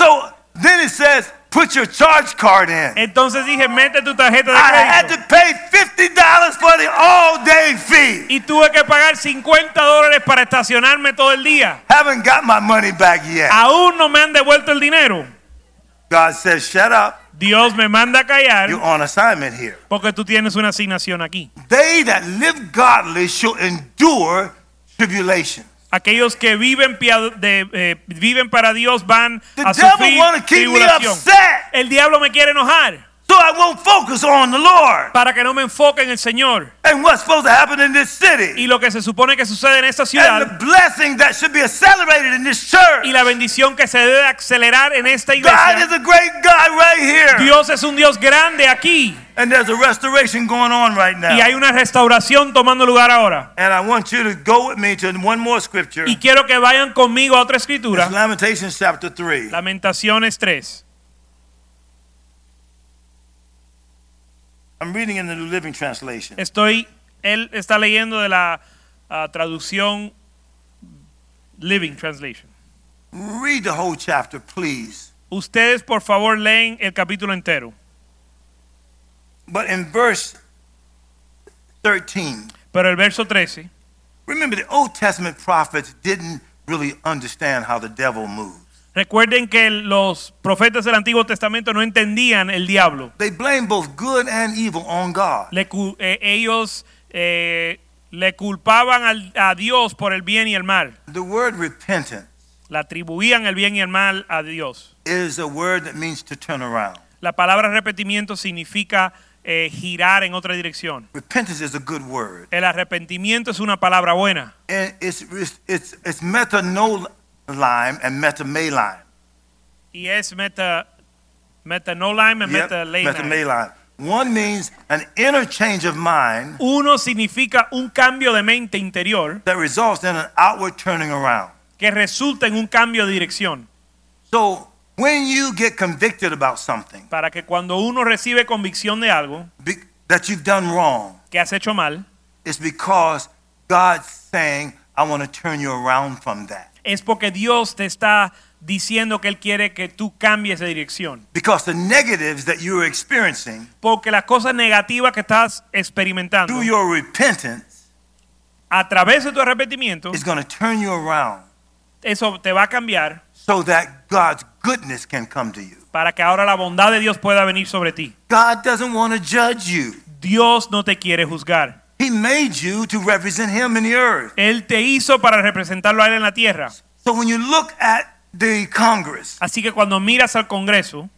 So then it says, put your charge card in. Entonces dije, mete tu tarjeta I de had crédito. to pay fifty dollars for the all-day fee. Y tuve que pagar 50 dólares para estacionarme todo el día. Haven't got my money back yet. Aún no me han devuelto el dinero. God says, shut up. Dios me manda a You're callar on assignment here. porque tú tienes una asignación aquí. They that live godly shall endure tribulation. Aquellos que viven, piad- de, eh, viven para Dios van The a devil sufrir want to keep me tribulación. upset. El diablo me quiere enojar So I won't focus on the Lord para que no me enfoque en el Señor and what's supposed to happen in this city y lo que se supone que sucede en esta and the ciudad blessing that should be accelerated in this y church. la bendición que se debe acelerar en esta God is iglesia. a great God right here. Dios es un Dios grande aquí And there's a restoration going on right y hay now. una restauración tomando lugar ahora. And I want you to go with me to one more scripture. Y quiero que vayan conmigo a otra escritura, It's Lamentations chapter 3. Lamentaciones 3. I'm reading in the New Living Translation. Estoy, él está leyendo de la ah, traducción Living Translation. Read the whole chapter, please. Ustedes por favor leen el capítulo entero, But in verse 13, pero el verso 13. remember the Old Testament prophets didn't really understand how the devil moves. Recuerden que los profetas del Antiguo Testamento no entendían el diablo. They blame both good and evil on God. Le cu- eh, ellos eh, le culpaban al- a Dios por el bien y el mal. The word repentance Le atribuían el bien y el mal a Dios. is a word that means to turn around. La palabra arrepentimiento significa eh, girar en otra dirección. Repentance is a good word. El arrepentimiento es una palabra buena. And it's, it's, it's, it's metanolim and metamalime. Y es meta, metanolime y Yep, metaleime. metamalime. One means an interchange of mind Uno significa un cambio de mente interior that results in an outward turning around. que resulta en un cambio de dirección. So when you get convicted about something para que cuando uno recibe convicción de algo be, that you've done wrong, que has hecho mal, it's because God's saying, I want to turn you around from that. es porque Dios te está diciendo que Él quiere que tú cambies de dirección. Because the negatives that you're experiencing Porque las cosas negativas que estás experimentando through your repentance a través de tu arrepentimiento, is going to turn you around eso te va a cambiar so that God's goodness can come to you. para que ahora la bondad de Dios pueda venir sobre ti. God doesn't want to judge you. Dios no te quiere juzgar. He made you to represent him in the earth. Él te hizo para representarlo a Él en la tierra. So when you look at the Congress, Así que cuando miras al Congreso,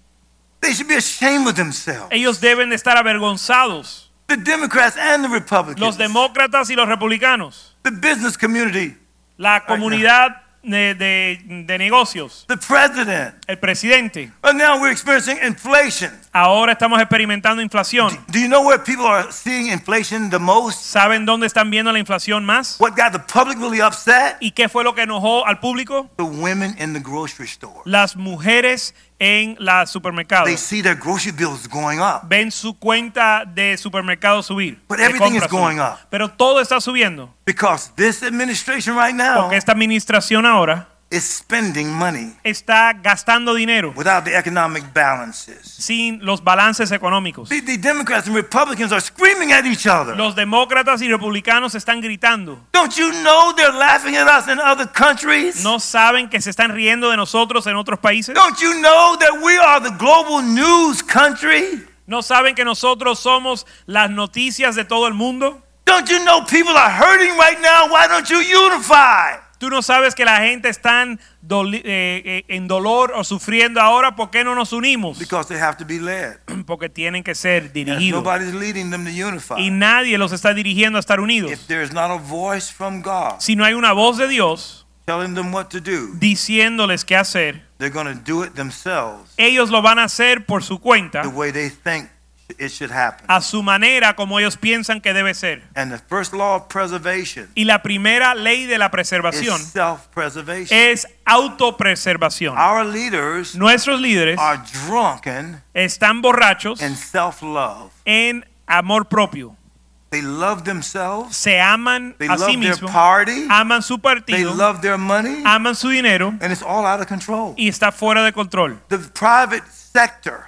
they should be ashamed of themselves ellos deben de estar avergonzados the Democrats and the los Republicans, demócratas y los republicanos, the business community, la comunidad de, de- de negocios, the president. el presidente. But now we're experiencing inflation. Ahora estamos experimentando inflación. Do you know where people are seeing inflation the most? ¿Saben dónde están viendo la inflación más? What got the public really upset? ¿Y qué fue lo que enojó al público? The women in the grocery store. Las mujeres en los They supermercados. see their grocery bills going up. Ven su cuenta de supermercado subir. But de everything compra is going subir. up. Pero todo está subiendo. Because this administration right now Porque esta administración ahora is spending money está gastando dinero without the economic balances. sin los balances económicos. See, the Democrats and Republicans are screaming at each other. Los demócratas y republicanos están gritando. Don't you know they're laughing at us in other countries? No saben que se están riendo de nosotros en otros países. Don't you know that we are the global news country? No saben que nosotros somos las noticias de todo el mundo. Don't you know people are hurting right now? Why don't you unify? Tú no sabes que la gente está en doli- eh, eh, en dolor o sufriendo ahora. ¿Por qué no nos unimos? [CLEARS THROAT] Because they have to be led. Porque tienen que ser dirigidos. Nobody's leading them to Y unify. nadie los está dirigiendo a estar If unidos. there's not a voice from God Si no hay una voz de Dios telling them what to do, diciéndoles qué hacer, they're going to do it themselves ellos lo van a hacer por su cuenta. the way they think it should happen. a su manera como ellos piensan que debe ser. And the first law of preservation Y la primera ley de la preservación is self preservation. es autopreservación. Our leaders Nuestros líderes are drunken están borrachos in self love. en amor propio. They love themselves, Se aman they a sí love their mismos, party, aman su they partido, love their money, aman su dinero and it's all out of control. y está fuera de control. The private sector,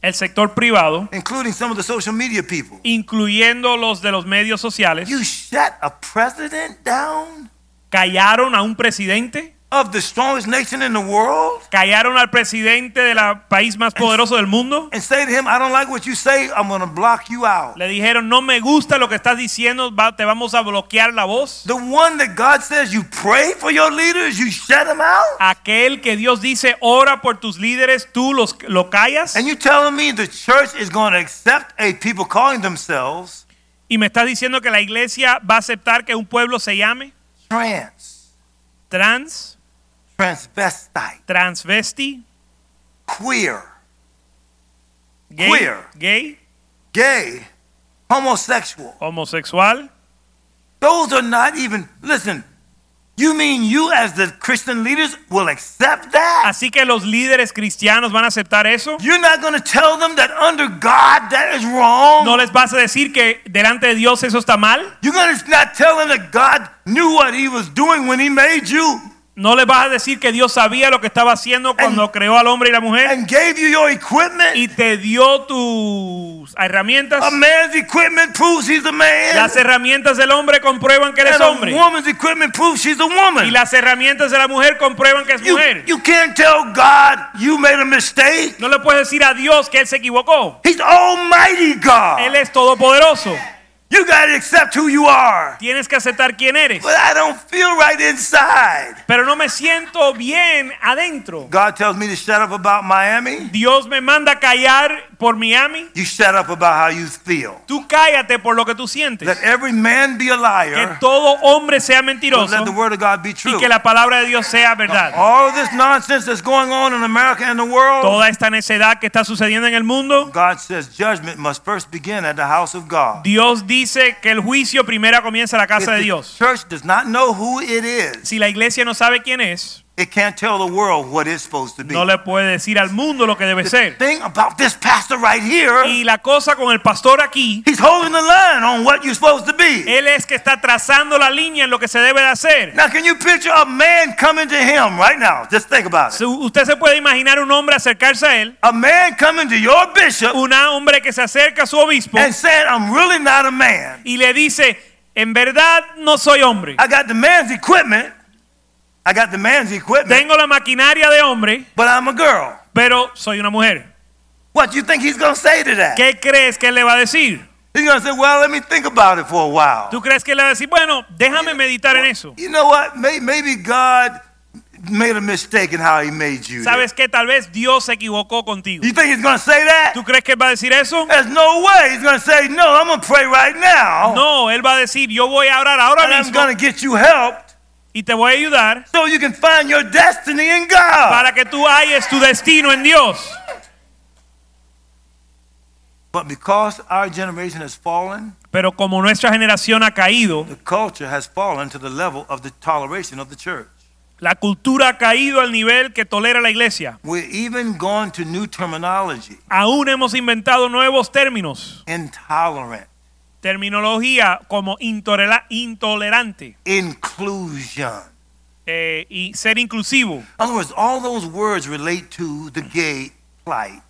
El sector privado, including some of the social media people, incluyendo los de los medios sociales, you shut a president down? callaron a un presidente, of the strongest nation in the world callaron al presidente del país más poderoso del mundo. and say to him, I don't like what you say, I'm going to block you out. Le dijeron, no me gusta lo que estás diciendo, va- te vamos a bloquear la voz. The one that God says you pray for your leaders, you shut them out? Aquel que Dios dice, ora por tus líderes, tú los, lo callas. And you telling me the church is going to accept a people calling themselves Y me estás diciendo que la iglesia va a aceptar que un pueblo se llame trans, trans, transvestite, transvesti, queer, gay, Queer. gay gay, homosexual. homosexual. Those are not even, listen, you mean you as the Christian leaders will accept that? Así que los líderes cristianos van a aceptar eso. You're not going to tell them that under God that is wrong? No les vas a decir que delante de Dios eso está mal. You're going to not tell him that God knew what he was doing when he made you No les vas a decir que Dios sabía lo que estaba haciendo cuando creó al hombre y la mujer. and gave you your equipment. y te dio tus herramientas. A man's equipment proves he's a man. Las herramientas del hombre comprueban que eres And hombre. a woman's equipment proves she's a Y woman. las herramientas de la mujer comprueban que es You, mujer. you can't tell God you made a mistake. No le puedes decir a Dios que Él se equivocó. He's almighty Él God. es todopoderoso. You got to accept who you are. Tienes que aceptar quién eres. But I don't feel right inside. Pero no me siento bien adentro. God tells me to shut up about Miami. Dios me manda a callar por Miami. You shut up about how you feel. Tú cállate por lo que tú Let sientes. every man be a Que liar. todo hombre sea But let the mentiroso word of God be y true. que la palabra de Dios sea verdad. All this nonsense that's going on in America and the world, Toda esta necedad que está sucediendo en el mundo God says judgment must first begin at the house of God. Dios dice que el juicio primero comienza en la If casa de the Dios. church does not know who it is, Si la iglesia no sabe quién es, it can't tell the world what it's supposed to be. no le puede decir al mundo lo que debe The ser. thing about this pastor right here, Y la cosa con el pastor aquí, he's holding the line on what you're supposed to be. él es que está trazando la línea en lo que se debe de hacer. Now, can you picture a man coming to him right now? Just think about Si it. Usted se puede imaginar un hombre acercarse a él, A man coming to your bishop un hombre que se acerca a su obispo and saying, I'm really not a man. y le dice, en verdad no soy hombre. I got the man's equipment. I got the man's equipment, Tengo la maquinaria de hombre, but I'm a girl. pero soy una mujer. What you think he's going to say to that? ¿Qué crees que él le va a decir? He's going to say, well, let me think about it for a while. ¿Tú crees que él le va a decir, bueno, déjame meditar en eso? You know what? May- Maybe God made a mistake in how he made you. ¿Sabes qué? Tal vez Dios se equivocó contigo. You think he's going to say that? ¿Tú crees que Él va a decir eso? There's no way he's going to say, no, I'm going to pray right now. No, Él va a decir, yo voy a orar ahora and I'm mismo going to get you helped y te voy a ayudar so you can find your destiny in God. para que tú halles tu destino en Dios. But because our generation has fallen, Pero como nuestra generación ha caído, the culture has fallen to the level of the toleration of the church. la cultura ha caído al nivel que tolera la iglesia. We're even going to new terminology Aún hemos inventado nuevos términos, intolerant, terminología como intorela- intolerante inclusion. eh, y ser inclusivo. In other words, all those words relate to the gay plight.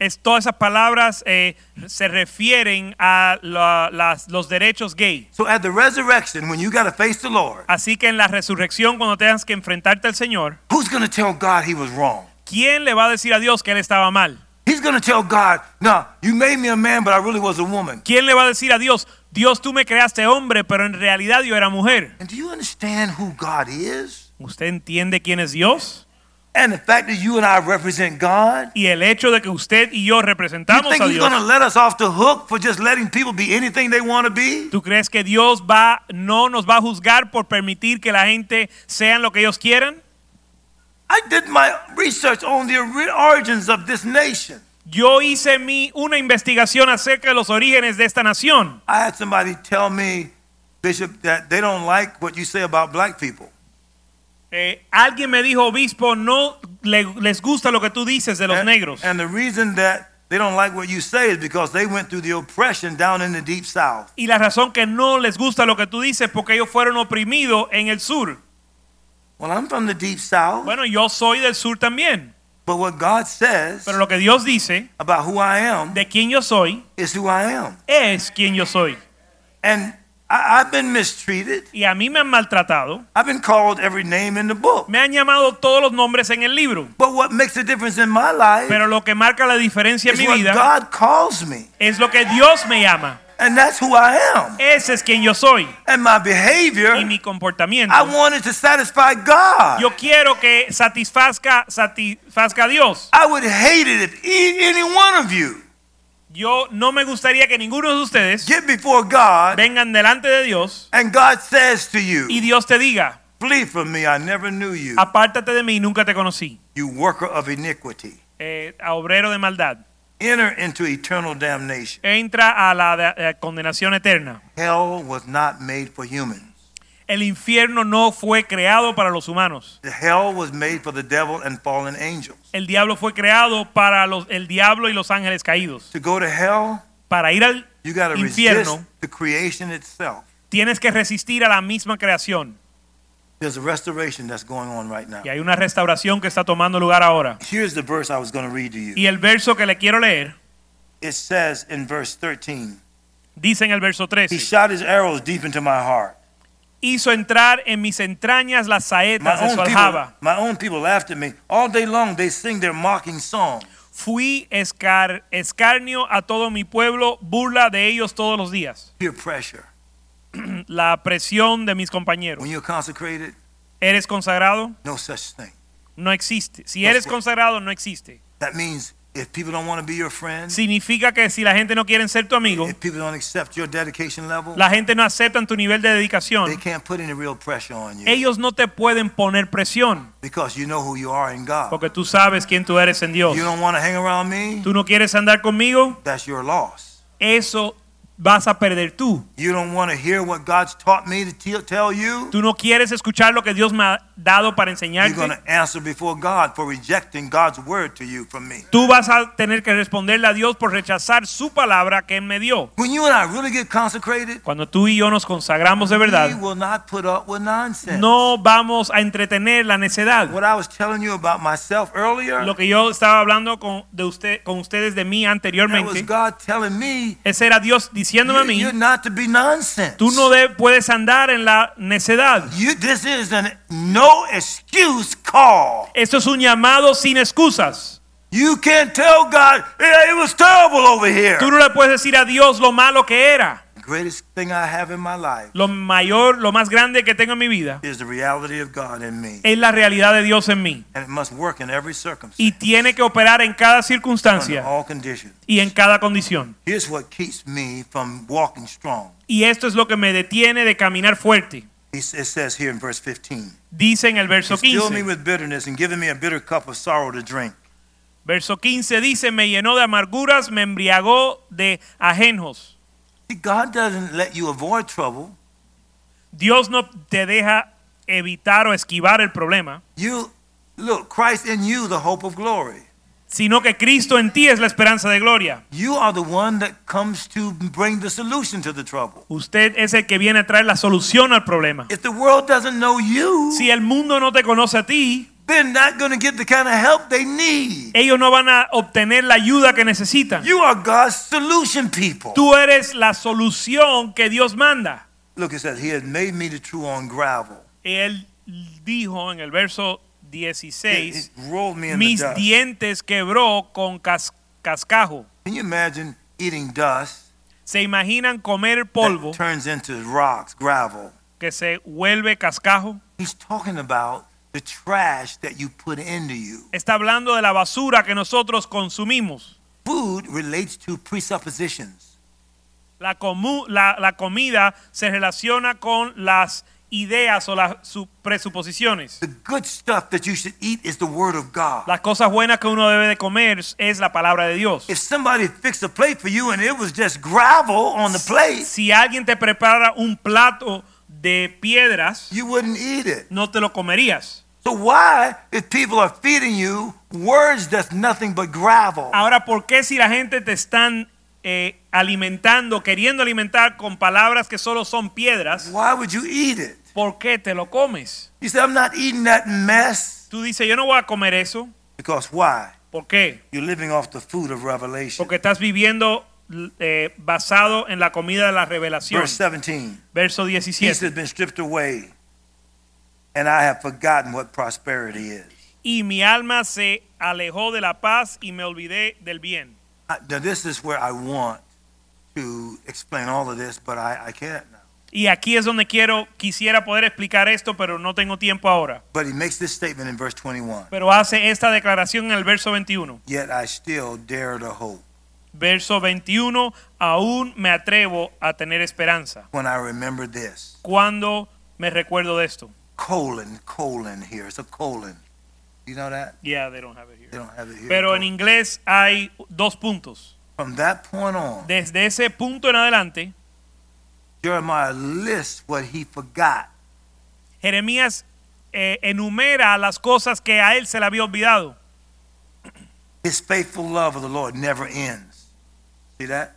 Es, todas esas palabras eh, se refieren a la- las- los derechos gay. So at the resurrection, when you got to face the Lord, Así que en la resurrección, cuando tengas que enfrentarte al Señor, who's going to tell God he was wrong? ¿quién le va a decir a Dios que Él estaba mal? He's going to tell God, no, you made me a man, but I really was a woman. ¿Quién le va a decir a Dios, Dios tú me creaste hombre, pero en realidad yo era mujer? And do you understand who God is? ¿Usted entiende quién es Dios? And the fact that you and I represent God? Y el hecho de que usted y yo You representamos think a he's Dios. going to let us off the hook for just letting people be anything they want to be? ¿Tú crees que Dios va, no nos va a juzgar por permitir que la gente sean lo que ellos quieran? I did my research on the ori- origins of this nation. Yo hice mi, una investigación acerca de los orígenes de esta nación. I had somebody tell me, Bishop, that they don't like what you say about black people. Eh, alguien me dijo, obispo, no le- les gusta lo que tú dices de los and, negros. and the reason that they don't like what you say is because they went through the oppression down in the deep south. y la razón que no les gusta lo que tú dices es porque ellos fueron oprimidos en el sur. Well, I'm from the deep south, Bueno, yo soy del sur también. but what God says Pero lo que Dios dice about who I am de quién yo soy is who I am. es quién yo soy. And I, I've been mistreated. Y a mí me han maltratado. I've been called every name in the book. Me han llamado todos los nombres en el libro. But what makes a difference in my life Pero lo que marca la diferencia en is mi what vida God calls me. es lo que Dios me llama. And that's who I am. Ese es quien yo soy. And my Y behavior, mi comportamiento. I wanted to satisfy God. Yo quiero que satisfazca, satisfazca a Dios. I would hate it if e- any one of you Yo no me gustaría que ninguno de ustedes get before God vengan delante de Dios and God says to y you, Dios te diga, Flee from me, I never knew you, apártate de mí, nunca te conocí, you worker of iniquity. eh, a obrero de maldad. Enter into eternal damnation. Entra a la de- eh, condenación eterna. Hell was not made for humans. El infierno no fue creado para los humanos. The hell was made for the devil and fallen angels. El diablo fue creado para los, el diablo y los ángeles caídos. To go to hell, Para ir al you got to resist infierno the creation itself. tienes que resistir a la misma creación. There's a restoration that's going on right now. Y hay una restauración que está tomando lugar ahora. Here's the verse I was going to read to you. Y el verso que le quiero leer It says in verse 13, dice en el verso He 13, shot his arrows deep into my heart. hizo entrar en mis entrañas las saetas My de su own, people, aljaba. my own people laughed at me. All day long they sing their mocking song. Fui escar- escarnio a todo mi pueblo, burla de ellos todos los días. Peer pressure. La presión de mis compañeros. When you're consecrated, ¿Eres consagrado? no such thing. No existe. Si No eres fue. consagrado, no existe. That means if people don't want to be your friend, Significa que si la gente no quiere ser tu amigo, if people don't accept your dedication level, la gente no acepta tu nivel de they dedicación, can't put any real pressure on you ellos no te pueden poner presión because you know who you are in God. porque tú sabes quién tú eres en Dios. You don't want to hang around me, Tú no quieres andar conmigo, that's your loss. eso vas a perder tú. You don't want to hear what God's taught me to te- tell you, Tú no quieres escuchar lo que Dios me ha dado para you're going enseñarte. to answer before God for rejecting God's word to you from me. Tú vas a tener que responderle a Dios por rechazar su palabra que Él me dio. When you and I really get consecrated, Cuando tú y yo nos consagramos de we verdad, will not put up with nonsense. no vamos a entretener la necedad. What I was telling you about myself earlier, lo que yo estaba hablando con, de usted, con ustedes de mí that was anteriormente, God telling me, ese era Dios diciéndome a you, mí, are not to be nonsense. tú no de- puedes andar en la necedad. You, this is a no excuse call. Esto es un llamado sin excusas. You can't tell God, "Yeah, it was terrible over here. Tú no le puedes decir a Dios lo malo que era. greatest thing I have in my life Lo mayor, lo más grande que tengo en mi vida is the reality of God in me. es la realidad de Dios en mí. And it must work in every circumstance, Y tiene que operar en cada under circunstancia all conditions. y en cada condición. Here's what keeps me from walking strong. Y esto es lo que me detiene de caminar fuerte. He s- It says here in verse 15. Dice en el verso He's filled me 15. with bitterness and given me a bitter cup of sorrow to drink. Verso 15 dice, me llenó de amarguras, me embriagó de ajenjos. See, God doesn't let you avoid trouble. Dios no te deja evitar o esquivar el problema, You look, Christ in you, the hope of glory. sino que Cristo en ti es la esperanza de gloria. You are the one that comes to bring the solution to the trouble. Usted es el que viene a traer la solución al problema. If the world doesn't know you, Si el mundo no te conoce a ti, they're not going to get the kind of help they need. ellos no van a obtener la ayuda que necesitan. You are God's solution people. Tú eres la solución que Dios manda. Look, it says, He has made me to chew on gravel. Él dijo en el verso 16, He, he rolled me in mis the dust. dientes quebró con cas- cascajo. Can you imagine eating dust ¿Se imaginan comer polvo that turns into rocks, gravel? que se vuelve cascajo? He's talking about the trash that you put into you. Está hablando de la basura que nosotros consumimos. Food relates to presuppositions. La, comu- la- la comida se relaciona con las ideas o las su- presuposiciones. The good stuff that you should eat is the Word of God. Las cosas buenas que uno debe de comer es la palabra de Dios. If somebody fixed a plate for you and it was just gravel on the plate, Si alguien te prepara un plato de piedras, you wouldn't eat it. no te lo comerías. So why, if people are feeding you words that's nothing but gravel, Ahora, ¿por qué si la gente te están eh, alimentando, queriendo alimentar con palabras que solo son piedras, why would you eat it? ¿por qué te lo comes? You say, I'm not eating that mess. Tú dices, yo no voy a comer eso. Because why? ¿Por qué? You're living off the food of revelation. Porque estás viviendo l- eh, basado en la comida de la revelación. Verse 17. Verso Peace 17. has been stripped away, and I have forgotten what prosperity is. Y mi alma se alejó de la paz y me olvidé del bien. I- now, this is where I want to explain all of this, but I, I can't now. Y aquí es donde quiero, quisiera poder explicar esto, pero no tengo tiempo ahora. But he makes this statement in verse 21. Pero hace esta declaración en el verso 21. Yet I still dare to hope Verso 21, aún me atrevo a tener esperanza. when I remember this. Cuando me recuerdo de esto. colon, colon here. It's a colon. You know that? Yeah, they don't have it here. They don't have it here. Pero en Colon. inglés hay dos puntos. From that point on, Desde ese punto en adelante, Jeremiah lists what he forgot. Jeremías eh, enumera las cosas que a él se le había olvidado. His faithful love of the Lord never ends. See that?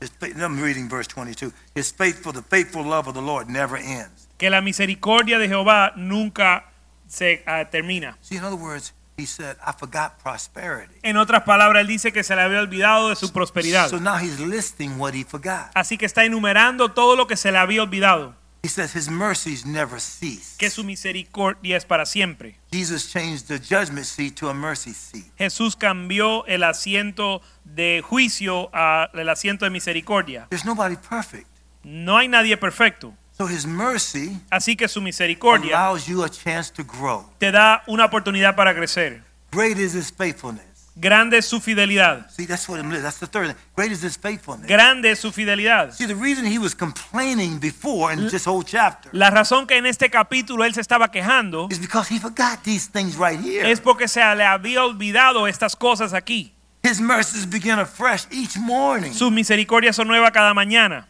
His fa- I'm reading verse 22. His faithful, the faithful love of the Lord never ends. Que la misericordia de Jehová nunca se ah, termina. See, in other words, he said, I forgot prosperity. En otras palabras, él dice que se le había olvidado de su prosperidad. So now he's listing what he forgot. Así que está enumerando todo lo que se le había olvidado, He says his mercies never cease. que su misericordia es para siempre. Jesus changed the judgment seat to a mercy seat. Jesús cambió el asiento de juicio al asiento de misericordia. There's nobody perfect. No hay nadie perfecto. So his mercy Así que su misericordia allows you a chance to grow. te da una oportunidad para crecer. Great is his faithfulness. Grande es su fidelidad. See, that's what it is. That's the third thing. Great is his faithfulness. Grande es su fidelidad. See, the reason he was complaining before in this whole chapter La razón que en este capítulo él se estaba quejando is because he forgot these things right here. es porque se le había olvidado estas cosas aquí. His mercies begin afresh each morning. Sus misericordias son nuevas cada mañana.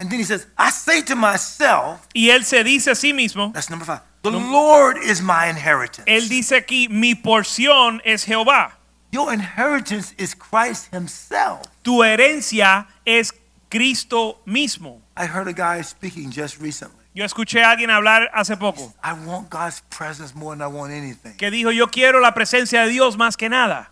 And then he says, I say to myself, Y él se dice a sí mismo, that's number five, the Lord is my inheritance. Él dice aquí, mi porción es Jehová, Your inheritance is Christ himself. tu herencia es Cristo mismo. I heard a guy speaking just recently. Yo escuché a alguien hablar hace poco I want God's presence more than I want anything. que dijo, yo quiero la presencia de Dios más que nada.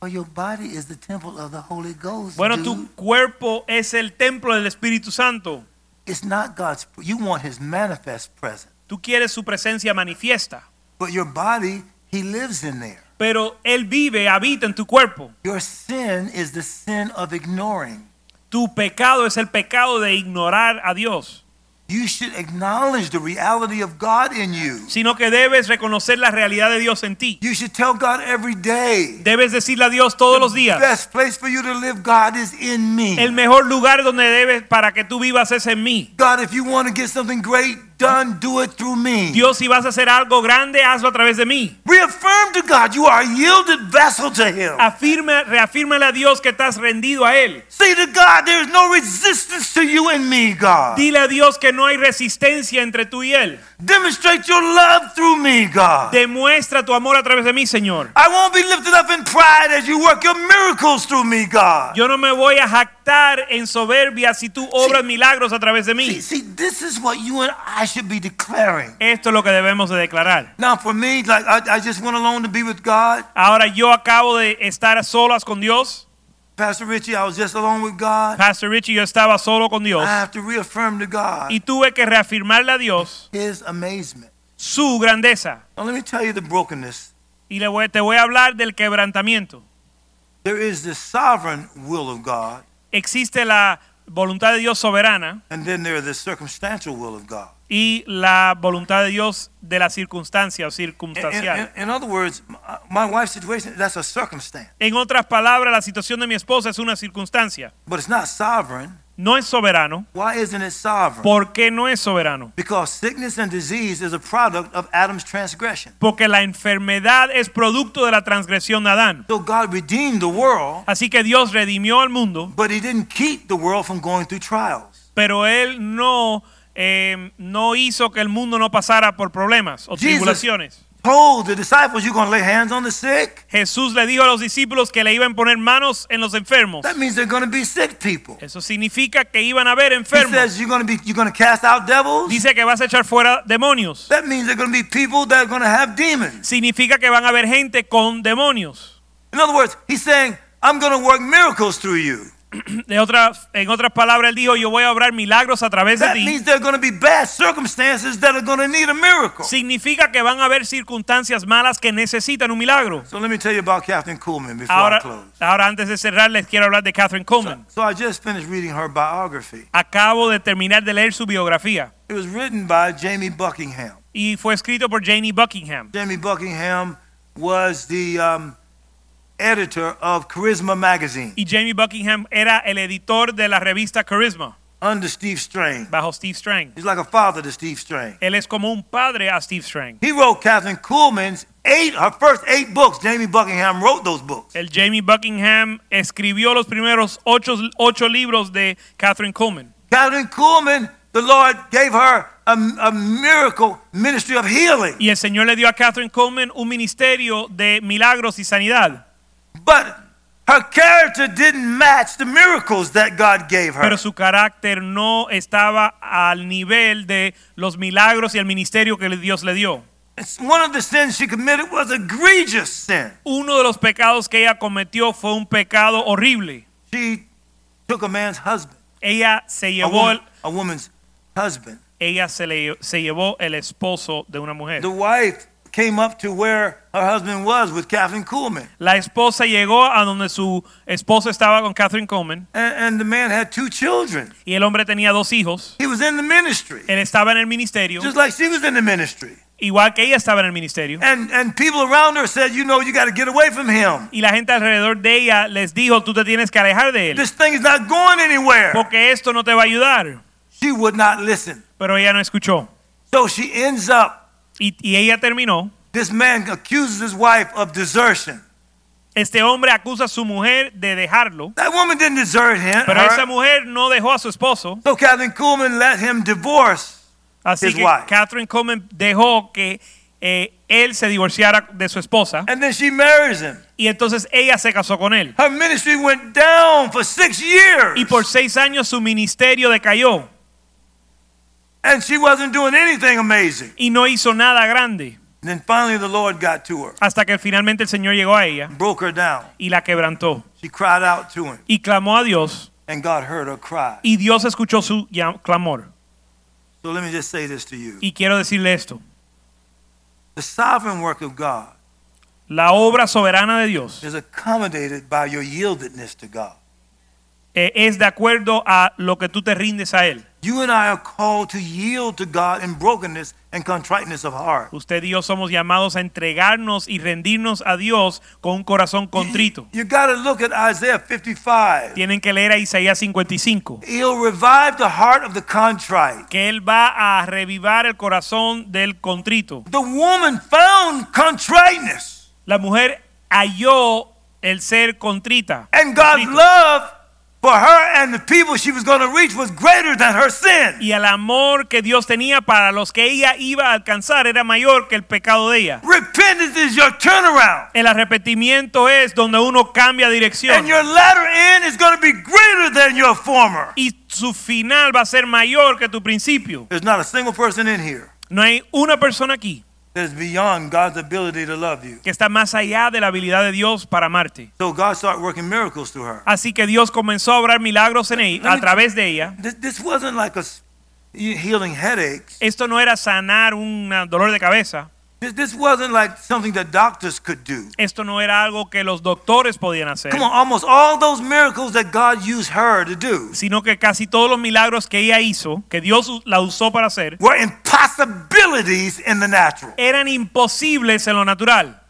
Well, your body is the temple of the Holy Ghost. Bueno, dude. tu cuerpo es el templo del Espíritu Santo. It's not God's. You want His manifest presence, Tú quieres su presencia manifiesta, but your body, He lives in there. pero Él vive, habita en tu cuerpo. Your sin is the sin of ignoring. Tu pecado es el pecado de ignorar a Dios, You should acknowledge the reality of God in you. sino que debes reconocer la realidad de Dios en ti. You should tell God every day. Debes decirle a Dios todos los días. Best place for you to live, God, is in El me. mejor lugar donde debes para que tú vivas es en mí. God, if you want to get something great done, do it through me. Dios, si vas a hacer algo grande, hazlo a través de mí. Reaffirm to God you are a yielded vessel to Him. Ah. Afirma, reafírmale a Dios que estás rendido a Él. Say to God, there is no resistance to you and me, God. Dile a Dios que no hay resistencia entre tú y Él. Demonstrate your love through me, God. Demuestra tu amor a través de mí, Señor. I won't be lifted up in pride as you work your miracles through me, God. Yo no me voy a jactar en soberbia si tú obras milagros a través de See, mí. see, this is what you and I should be declaring. Esto es lo que debemos de declarar. Now, for me, like I, I just went alone to be with God. Ahora yo acabo de estar a solas con Dios. Pastor Richie, I was just alone with God. Pastor Richie, yo estaba solo con I Dios. have to reaffirm to God Y tuve que reafirmarle a Dios His amazement. su grandeza. Now, let me tell you the brokenness. Y le voy- te voy a hablar del quebrantamiento. There is the sovereign will of God, Existe la voluntad de Dios soberana and then there is the circumstantial will of God. y la voluntad de Dios de la circunstancia o In, in- circunstancial. in- in other words, my, my wife's situation, that's a circumstance, En otras palabras, la situación de mi esposa es una circunstancia. but it's not sovereign. No es soberano. Why isn't it sovereign? ¿Por qué no es soberano? because sickness and disease is a product of Adam's transgression. Porque la enfermedad es producto de la transgresión de Adán. So God redeemed the world, Así que Dios redimió al mundo, but he didn't keep the world from going through trials. pero Él no, eh, no hizo que el mundo no pasara por problemas o Jesus. tribulaciones. Told the disciples, you're going to lay hands on the sick. Jesús le dijo a los discípulos que le iban a poner manos en los enfermos. That means they're going to be sick people. Eso significa que iban a haber He enfermos. says you're going to be you're going to cast out devils. Dice que vas a echar fuera demonios. That means they're going to be people that are going to have demons. Significa que van a haber gente con demonios. [CLEARS THROAT] In other words, he's saying I'm going to work miracles through you. De otra, en otras palabras, él dijo, yo voy a obrar milagros a través de That ti. means there are going to be bad circumstances that are going to need a miracle. Significa que van a haber circunstancias malas que necesitan un milagro. So let me tell you about Catherine Kuhlman before I Ahora, close. ahora antes de cerrar, les quiero hablar de Catherine Coleman. So I just finished reading her biography. Acabo de terminar de leer su biografía It was written by Jamie Buckingham. y fue escrito por Janie Buckingham. Jamie Buckingham was the um, editor of Charisma magazine Y Jamie Buckingham era el editor de la revista Charisma under Steve Strain. bajo Steve Strang. He's like a father to Steve Strain. Él es como un padre a Steve Strang. He wrote Catherine Kuhlman's eight, her first eight books. Jamie Buckingham wrote those books. El Jamie Buckingham escribió los primeros ocho, ocho libros de Catherine Coleman. Catherine Kuhlman, the Lord gave her a, a miracle ministry of healing. Y el Señor le dio a Catherine Coleman un ministerio de milagros y sanidad. But her character didn't match the miracles that God gave her. Pero su carácter no estaba al nivel de los milagros y el ministerio que Dios le dio. It's- One of the sins she committed was egregious sin. Uno de los pecados que ella cometió fue un pecado horrible. She took a man's husband, Ella se a, llevó, el- woman- a woman's husband. ella se le- se llevó el esposo de una mujer. The wife came up to where her husband was with Catherine Kuhlman. La esposa llegó a donde su esposo estaba con Catherine Coleman And, and the man had two children. y el hombre tenía dos hijos. He was in the ministry. Él estaba en el ministerio, just like she was in the ministry. igual que ella estaba en el ministerio. And and people around her said, you know, you got to get away from him. Y la gente alrededor de ella les dijo, tú te tienes que alejar de él, This thing is not going anywhere. porque esto no te va a ayudar. She would not listen. Pero ella no escuchó. So she ends up. Y, y ella terminó. This man accuses his wife of desertion. Este hombre acusa a su mujer de dejarlo, That woman didn't desert him. pero her. esa mujer no dejó a su esposo. So Catherine Kuhlman let him divorce. Así His que wife. Catherine Coleman dejó que eh, él se divorciara de su esposa And then she marries him. y entonces ella se casó con él. Her ministry went down for six years. Y por seis años su ministerio decayó and she wasn't doing anything amazing. y no hizo nada grande And then finally the Lord got to her, hasta que finalmente el Señor llegó a ella broke her down. y la quebrantó. She cried out to him, Y clamó a Dios and God heard her cry. y Dios escuchó su llam- clamor. So let me just say this to you. Y quiero decirle esto, The sovereign work of God la obra soberana de Dios is accommodated by your yieldedness to God. eh, es de acuerdo a lo que tú te rindes a Él. You and I are called to yield to God in brokenness and contriteness of heart. Usted y yo somos llamados a entregarnos y rendirnos a Dios con un corazón contrito. You got to look at Isaiah 55. Tienen que leer a Isaías 55, He'll revive the heart of the contrite. que Él va a revivar el corazón del contrito. The woman found contriteness, La mujer halló el ser contrita. and God's contrito. love for her and the people she was going to reach was greater than her sin. y el amor que Dios tenía para los que ella iba a alcanzar era mayor que el pecado de ella. Repentance is your turnaround, El arrepentimiento es donde uno cambia dirección and your latter end is going to be greater than your former. y su final va a ser mayor que tu principio. There's not a single person in here No hay una persona aquí that is beyond God's ability to love you. que está más allá de la habilidad de Dios para amarte. So God started working miracles through her. Así que Dios comenzó a obrar milagros en ella, a través de ella. This, this wasn't like a s- healing headaches. Esto no era sanar un dolor de cabeza. This, this wasn't like something that doctors could do. Esto no era algo que los doctores podían hacer, Come on, almost all those miracles that God used her to do sino que casi todos los milagros que ella hizo, que Dios la usó para hacer, were impossibilities in the natural. eran imposibles en lo natural.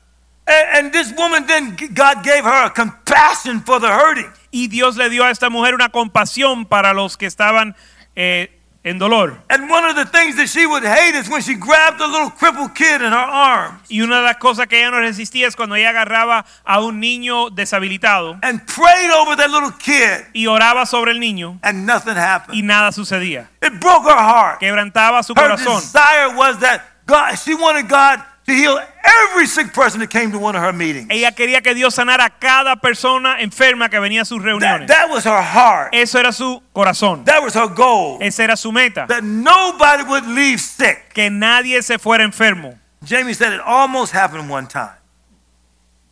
And, and this woman then, g- God gave her a compassion for the hurting. Y Dios le dio a esta mujer una compasión para los que estaban eh, en dolor. And one of the things that she would hate is when she grabbed a little crippled kid in her arms Y una de las cosas que ella no resistía es cuando ella agarraba a un niño deshabilitado and prayed over that little kid, y oraba sobre el niño and nothing y happened. nada sucedía. It broke her heart. Quebrantaba su Her corazón. desire was that God, she wanted God to heal every sick person that came to one of her meetings. Ella quería que Dios sanara a cada persona enferma que venía a sus That, reuniones. that was her heart. Eso era su corazón. That was her goal. Esa era su meta. That nobody would leave sick. Que nadie se fuera enfermo. Jamie said it almost happened one time.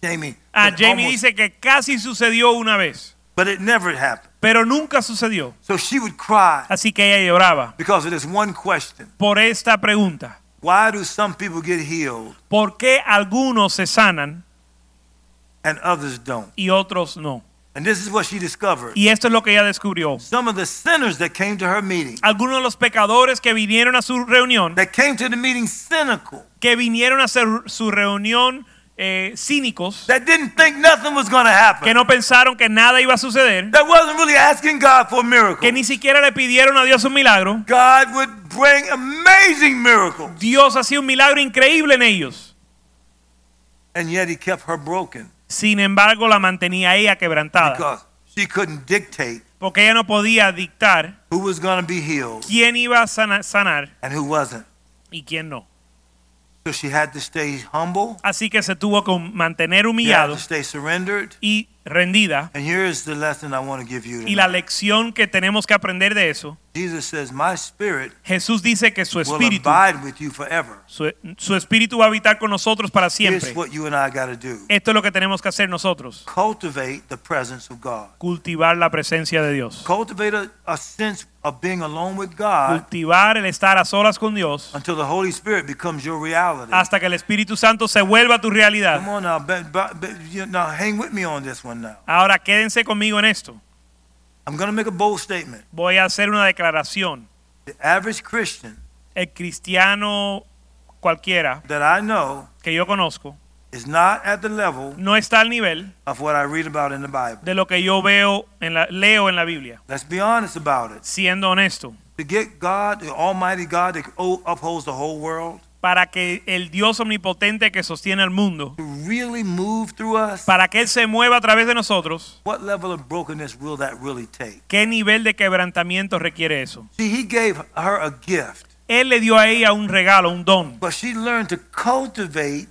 Jamie. Ah, it Jamie almost- dice que casi sucedió una vez, But it never happened. pero nunca sucedió. So she would cry Así que ella lloraba because of this one question por esta pregunta. Why do some people get healed ¿Por qué algunos se sanan and others don't? y otros no? And this is what she discovered. Y esto es lo que ella descubrió. Some of the sinners that came to her meeting, Algunos de los pecadores que vinieron a su reunión, that came to the meeting cynical, que vinieron a hacer su reunión eh, cínicos, that didn't think nothing was going to happen. que no pensaron que nada iba a suceder, that wasn't really asking God for a miracle. que ni siquiera le pidieron a Dios un milagro, God would bring amazing miracles, Dios hacía un milagro increíble en ellos. and yet He kept her broken Sin embargo, la mantenía ella quebrantada, because she couldn't dictate porque ella no podía dictar who was going to be healed quién iba a sana- sanar and who wasn't. y quién no. So she had to stay humble. Así que se tuvo que mantener She had humillado to stay surrendered. y rendida. And here's the lesson I want to give you. Y la Tonight. lección que tenemos que aprender de eso, Jesus says, "My spirit Jesús dice que su will espíritu, abide with you forever." su, su espíritu va a habitar con nosotros para siempre. Here's what you and I got to do: Esto es lo que tenemos que hacer nosotros, cultivate the presence of God. cultivar la presencia de Dios, Cultivate a, a sense of being alone with God cultivar el estar a solas con Dios until the Holy Spirit becomes your reality. hasta que el Espíritu Santo se vuelva tu Come realidad. on now, but, but, but, you now hang with me on this one now. Ahora quédense conmigo en esto. I'm going to make a bold statement. Voy a hacer una declaración. The average Christian El cristiano cualquiera that I know que yo conozco is not at the level no está al nivel of what I read about in the Bible. de lo que yo veo en la, leo en la Biblia. Let's be honest about it. Siendo honesto, To get God, the Almighty God that o- upholds the whole world, para que el Dios omnipotente que sostiene el mundo, to really move through us, para que Él se mueva a través de nosotros, what level of brokenness will that really take? ¿qué nivel de quebrantamiento requiere eso? See, He gave her a gift, Él le dio a ella un regalo, un don, but she learned to cultivate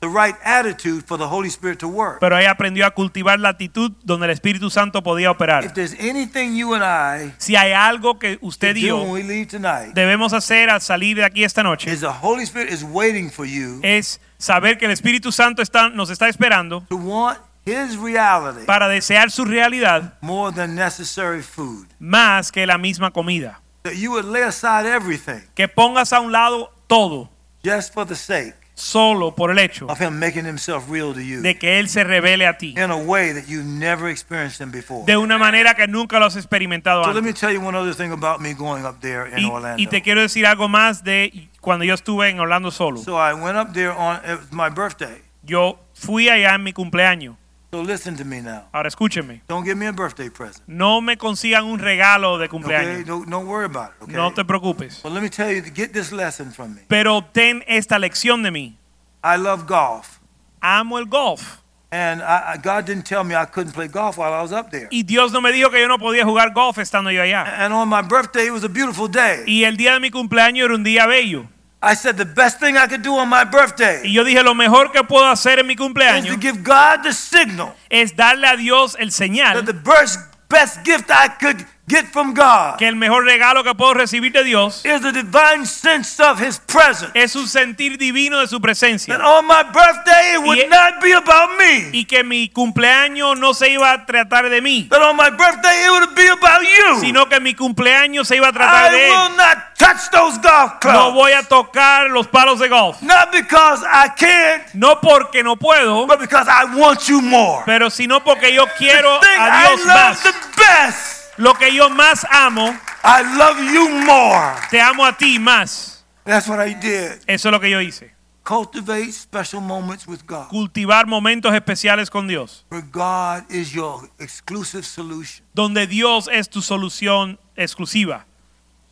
the right attitude for the Holy Spirit to work. pero ella aprendió a cultivar la actitud donde el Espíritu Santo podía If operar. there's anything you and I Si hay algo que usted to y do when yo we leave tonight, debemos hacer al salir de aquí esta noche is the Holy Spirit is waiting for you es saber que el Espíritu Santo está, nos está esperando to want His reality para desear su realidad more than necessary food. más que la misma comida. That you would lay aside everything Que pongas a un lado todo just for the sake solo por el hecho of him making himself real to you de que Él se revele a ti in a way that you never experienced him before. de una manera que nunca lo has experimentado So let me antes. tell you one other thing about me going up there in Y, Orlando. y te quiero decir algo más de cuando yo estuve en Orlando solo. So I went up there on it was my birthday. Yo fui allá en mi cumpleaños. So listen to me now. Ahora escúcheme. Don't give me a birthday present. No me consigan un regalo de Okay? cumpleaños. Don't, don't worry about it. Okay. No te preocupes. But let me tell you to get this lesson from me. Pero ten esta lección de mí. I love golf, Amo el golf. and I, I, God didn't tell me I couldn't play golf while I was up there. Y Dios no me dijo que yo no podía jugar golf estando yo allá. And on my birthday, it was a beautiful day. Y el día de mi cumpleaños era un día bello. I said the best thing I could do on my Y birthday yo dije, lo mejor que puedo hacer en mi is to cumpleaños give God the signal es darle a Dios el señal that the best, best gift I could get from God que el mejor regalo que puedo recibir de Dios is the divine sense of His presence. es un sentir divino de su That presencia. on my birthday, it would Y- not be about me. Y que mi cumpleaños no se iba a tratar de mí, That on my birthday, it would be about you. sino que mi cumpleaños se iba a tratar de I él. will not touch those golf No clubs. voy a tocar los palos de golf. Not because I can't, No porque no puedo, but because I want you more. pero sino porque yo The quiero thing a I Dios love más. the best, Lo que yo más amo, I love you more. te amo a ti más. That's what I did. Eso es lo que yo hice. Cultivate special moments with God, Cultivar momentos especiales con Dios, where God is your exclusive solution. donde Dios es tu solución exclusiva.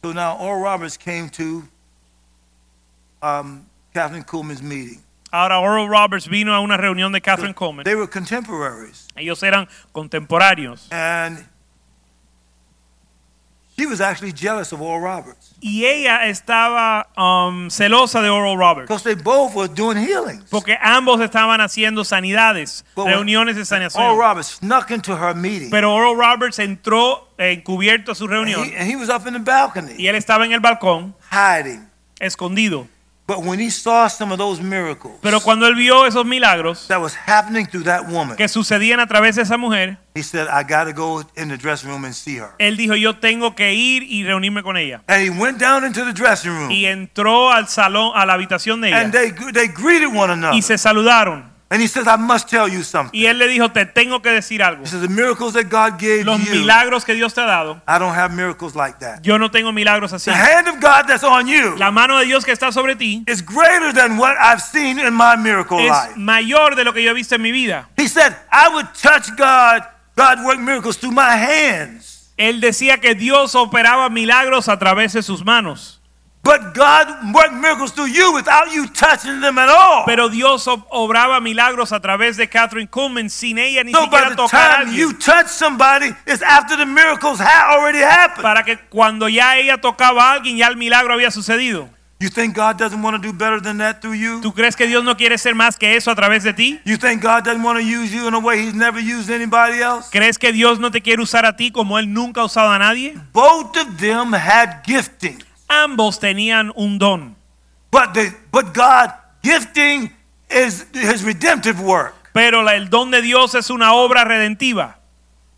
So now Oral Roberts came to um, Catherine Kuhlman's meeting. Ahora Oral Roberts vino a una reunión de Catherine Coleman. They were contemporaries. Ellos eran contemporáneos. And she was actually jealous of Oral Roberts Y ella estaba um, celosa de Oral Roberts. because they both were doing healings. Porque ambos estaban haciendo sanidades, But when- reuniones de Oral sanación. Roberts snuck into her meeting. Pero Oral Roberts entró eh, encubierto a su And reunión he, and he was up in the balcony y él estaba en el balcón, hiding. escondido. But when he saw some of those miracles Pero cuando él vio esos milagros that was happening through that woman, que sucedían a través de esa mujer, he said, I got to go in the dressing room and see her. él dijo, yo tengo que ir y reunirme con ella. And he went down into the dressing room. Y entró al salón, a la habitación de And uh, ella. they, they greeted one another. Y se saludaron. and he says, I must tell you something. Y él le dijo, te tengo que decir algo. He says, The miracles that God gave Los you, milagros que Dios te ha dado, I don't have miracles like that. yo no tengo milagros así. The hand of God that's on you La mano de Dios que está sobre ti is greater than what I've seen in my miracle es life. mayor de lo que yo he visto en mi vida. He said, I would touch God, God worked miracles through my hands. Él decía que Dios operaba milagros a través de sus manos, But God worked miracles through you without you touching them at all. pero Dios ob- obraba milagros a través de Catherine Kuhlman sin ella ni so by siquiera the tocar a time you alguien. touch somebody, it's after the miracles ha- already happened. Para que cuando ya ella tocaba a alguien ya el milagro había sucedido. you think God doesn't want to do better than that through you? ¿Tú crees que Dios no quiere ser más que eso a través de ti? You think God doesn't want to use you in a way He's never used anybody else? ¿Crees que Dios no te quiere usar a ti como Él nunca ha usado a nadie? Both of them had gifting, Ambos tenían un don. but the but God gifting is His redemptive work, Pero la- el don de Dios es una obra redentiva.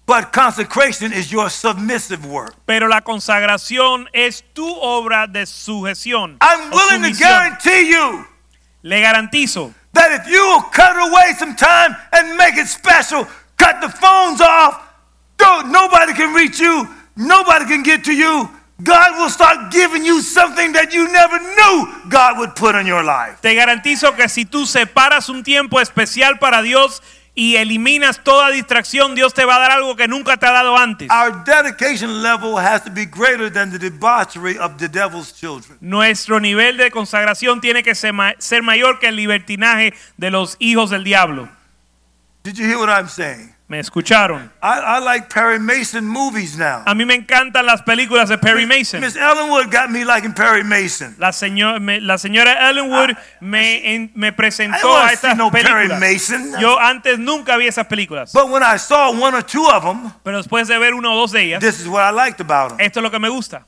but consecration is your submissive work. Pero la consagración es tu obra de sujeción. I'm o willing to sumisión. guarantee you Le garantizo that if you will cut away some time and make it special, cut the phones off, don't, nobody can reach you, nobody can get to you. God will start giving you something that you never knew God would put in your life. Te garantizo que si tú separas un tiempo especial para Dios y eliminas toda distracción, Dios te va a dar algo que nunca te ha dado antes. Our dedication level has to be greater than the debauchery of the devil's children. Nuestro nivel de consagración tiene que ser, ma- ser mayor que el libertinaje de los hijos del diablo. Did you hear what I'm saying? ¿Me escucharon? I, I like Perry Mason movies now. A mí me encantan las películas de Perry Mason. Miss Ellenwood got me liking Perry Mason. La, señor- me- la señora Ellenwood me, en- me Ah, I presentó don't a wanna see estas no Perry películas. Mason. Yo antes nunca vi esas películas, But when I saw one or two of them, pero después de ver una o dos de ellas, This is what I liked about him. esto es lo que me gusta.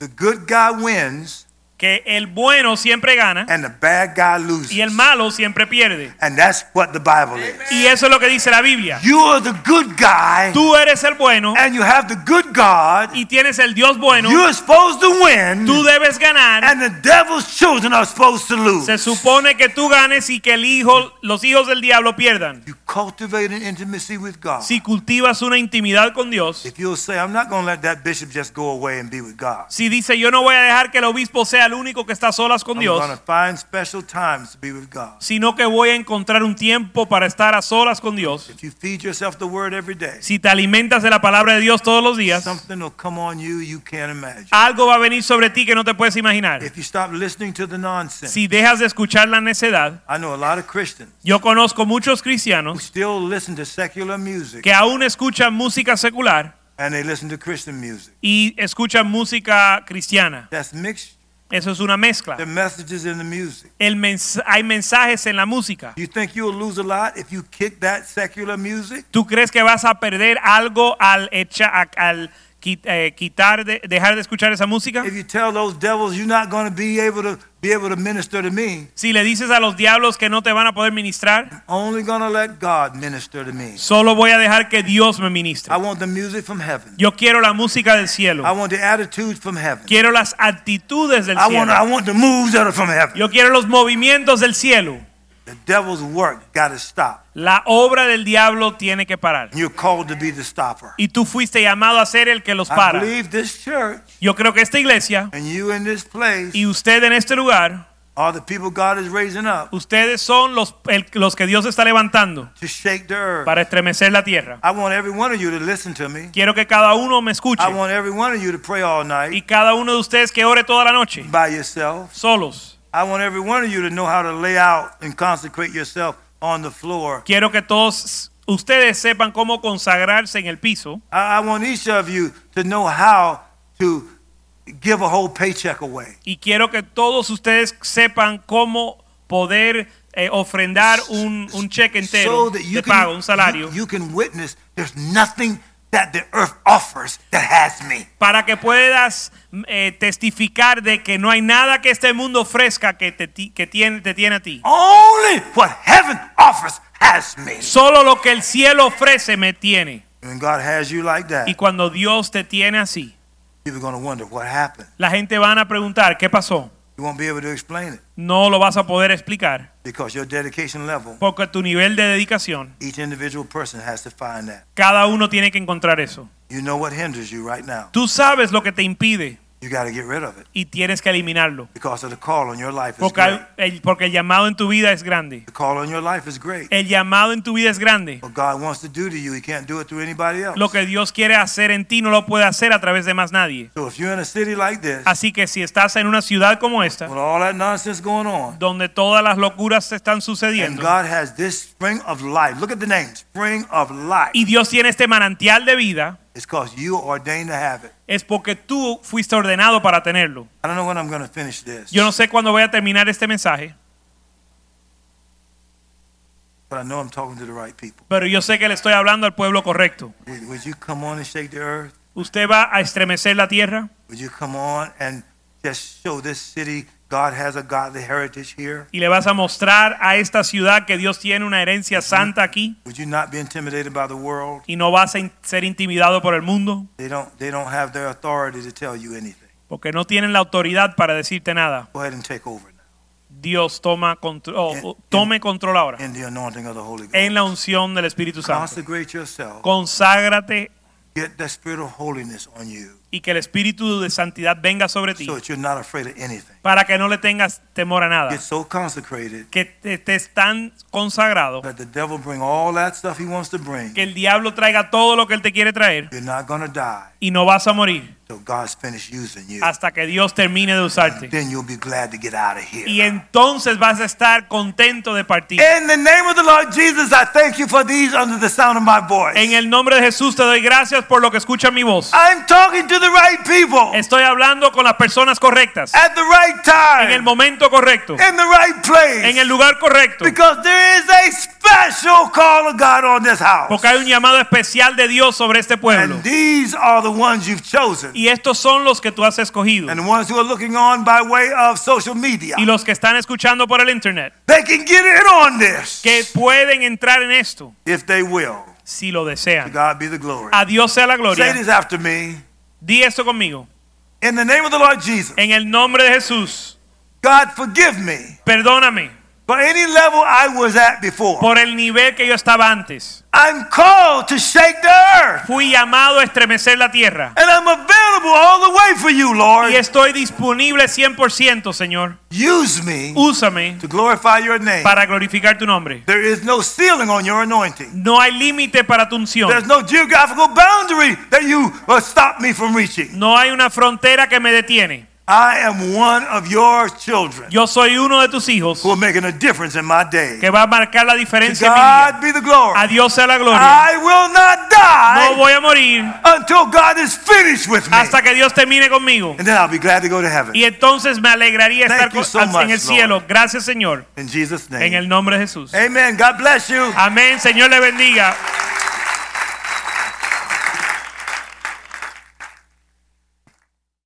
The good guy wins que el bueno siempre gana and the bad guy loses. y el malo siempre pierde. And that's what the Bible is. Y eso es lo que dice la Biblia. You are the good guy, Tú eres el bueno and you have the good God. y tienes el Dios bueno. You're supposed to win, Tú debes ganar. and the devil's children are supposed to lose. Se supone que tú ganes y que el hijo, los hijos del diablo pierdan. You cultivate an intimacy with God. Si cultivas una intimidad con Dios, If you'll say, I'm not going to let that bishop just go away and be with God, si dice yo no voy a dejar que el obispo sea el único que está a solas con I'm Dios, going to find special times to be with God. sino que voy a encontrar un tiempo para estar a solas con Dios. If you feed yourself the word every day, Si te alimentas de la palabra de Dios todos los días, something will come on you you can't imagine. algo va a venir sobre ti que no te puedes imaginar. If you stop listening to the nonsense, Si dejas de escuchar la necedad, I know a lot of Christians yo conozco muchos who cristianos still listen to secular music que aún escuchan música secular and they listen to Christian music. y escuchan música cristiana. That's mixed. Eso es una mezcla. The messages in the music. El mens- hay mensajes en la música. You think you'll lose a lot if you kick that secular music? ¿Tú crees que vas a perder algo al, echa- a- al qui- eh, quitar de- dejar de escuchar esa música? If you tell those devils you're not going to be able to be able to minister to me, Si le dices a los diablos que no te van a poder ministrar, only going to let God minister to me. solo voy a dejar que Dios me ministre. I want the music from heaven. Yo quiero la música del I cielo. want the attitudes from heaven. Quiero las actitudes del I want I cielo. want the moves that are from heaven. Yo quiero los movimientos del cielo. The devil's work got to stop. La obra del diablo tiene que parar. And You're called to be the stopper. Y tú fuiste llamado a ser el que los I para. believe this church Yo creo que esta iglesia and you in this place y usted en este lugar are the people God is raising up Ustedes son los, el- los que Dios está levantando to shake the earth. para estremecer la tierra. I want every one of you to listen to me. Quiero que cada uno me escuche I want every one of you to pray all y night cada uno de ustedes que ore toda la noche, by yourself. solos. I want every one of you to know how to lay out and consecrate yourself on the floor. Quiero que todos ustedes sepan cómo consagrarse en el piso. I, I want each of you to know how to give a whole paycheck away. Y quiero que todos ustedes sepan cómo poder eh, ofrendar un, un cheque entero de pago, un salario, you- you can witness there's nothing that the earth offers that has me. para que puedas eh, testificar de que no hay nada que este mundo ofrezca que te, ti- que tiene, te tiene a ti. Only what heaven offers has me. Solo lo que el cielo ofrece me tiene. When God has you like that, Y cuando Dios te tiene así, people are going to wonder what happened. la gente van a preguntar, ¿qué pasó? You won't be able to explain it No lo vas a poder explicar because your dedication level, porque tu nivel de dedicación, each individual person has to find that. cada uno tiene que encontrar eso. You know what hinders you right now. Tú sabes lo que te impide You got to get rid of it y tienes que eliminarlo. because of the call on your life is Porque great. al- el, porque el llamado en tu vida es grande. The call on your life is great. El llamado en tu vida es grande. What God wants to do to you, He can't do it through anybody else. Lo que Dios quiere hacer en ti no lo puede hacer a través de más nadie. So if you're in a city like this, Así que si estás en una ciudad como esta, with all that nonsense going on, donde todas las locuras se están and sucediendo, God has this spring of life. Look at the name, spring of life. y Dios tiene este manantial de vida, It's because you are ordained to have it. es porque tú fuiste ordenado para tenerlo. I don't know when I'm going to finish this, Yo no sé cuándo voy a terminar este mensaje, but I know I'm talking to the right people. pero yo sé que le estoy hablando al pueblo correcto. Would, would you come on and shake the earth? Usted va a estremecer la tierra Would you come on and just show this city God has a godly heritage here? y le vas a mostrar a esta ciudad que Dios tiene una herencia santa aquí Would you not be intimidated by the world? y no vas a in- ser intimidado por el mundo They don't, they don't have their authority to tell you anything. porque no tienen la autoridad para decirte nada. Go ahead and take over now Dios toma contro- o- o- tome control ahora in the anointing of the Holy Ghost. en la unción del Espíritu Santo. Consecrate yourself. Conságrate Get that spirit of holiness on you y que el Espíritu de santidad venga sobre ti so that you're not afraid of anything. para que no le tengas temor a nada. Get so consecrated que te estés tan consagrado that the devil bring all that stuff he wants to bring. que el diablo traiga todo lo que él te quiere traer You're not going to die y no vas a morir till God's finished using you. hasta que Dios termine de usarte. Then you'll be glad to get out of here. Y entonces vas a estar contento de partir. In the name of the Lord Jesus, I thank you for these under the sound of my voice. En el nombre de Jesús te doy gracias por lo que escucha mi voz. I'm talking to to the right people Estoy hablando con las personas correctas. at the right En el time, momento correcto. in the right place. En el lugar correcto. Because there is a special call of God on this house. Porque hay un llamado especial de Dios sobre este pueblo. And these are the ones you've chosen. Y estos son los que tú has escogido. And the ones who are looking on by way of social media. Y los que están escuchando por el internet. They can get in on this Que pueden entrar en esto if they will. si lo To desean. God be the glory. A Dios sea la Say gloria. this after me. Di esto conmigo. In the name of the Lord Jesus, En el nombre de Jesús. God forgive me Perdóname for any level I was at before. por el nivel que yo estaba antes. I'm called to shake the earth. Fui llamado a estremecer la tierra. And I'm available all the way for you, Lord. Y estoy disponible 100%, Señor. Use me Úsame to glorify your name. para glorificar tu nombre. There is no ceiling on your anointing. No hay límite para tu unción. There's no geographical boundary that you will stop me from reaching. No hay una frontera que me detiene. I am one of your children Yo soy uno de tus hijos who are making a difference in my day. que va a marcar la To diferencia en mi vida. God be the glory. A Dios sea la gloria. I will not No die voy a morir until God is finished with me. hasta que Dios termine conmigo. And then I'll be glad to go to heaven. Y entonces me alegraría Thank estar you con- so much, en el cielo. Gracias, Señor. In Jesus' En el name. nombre de Jesús. Amen. God bless you. Amén. Señor le bendiga.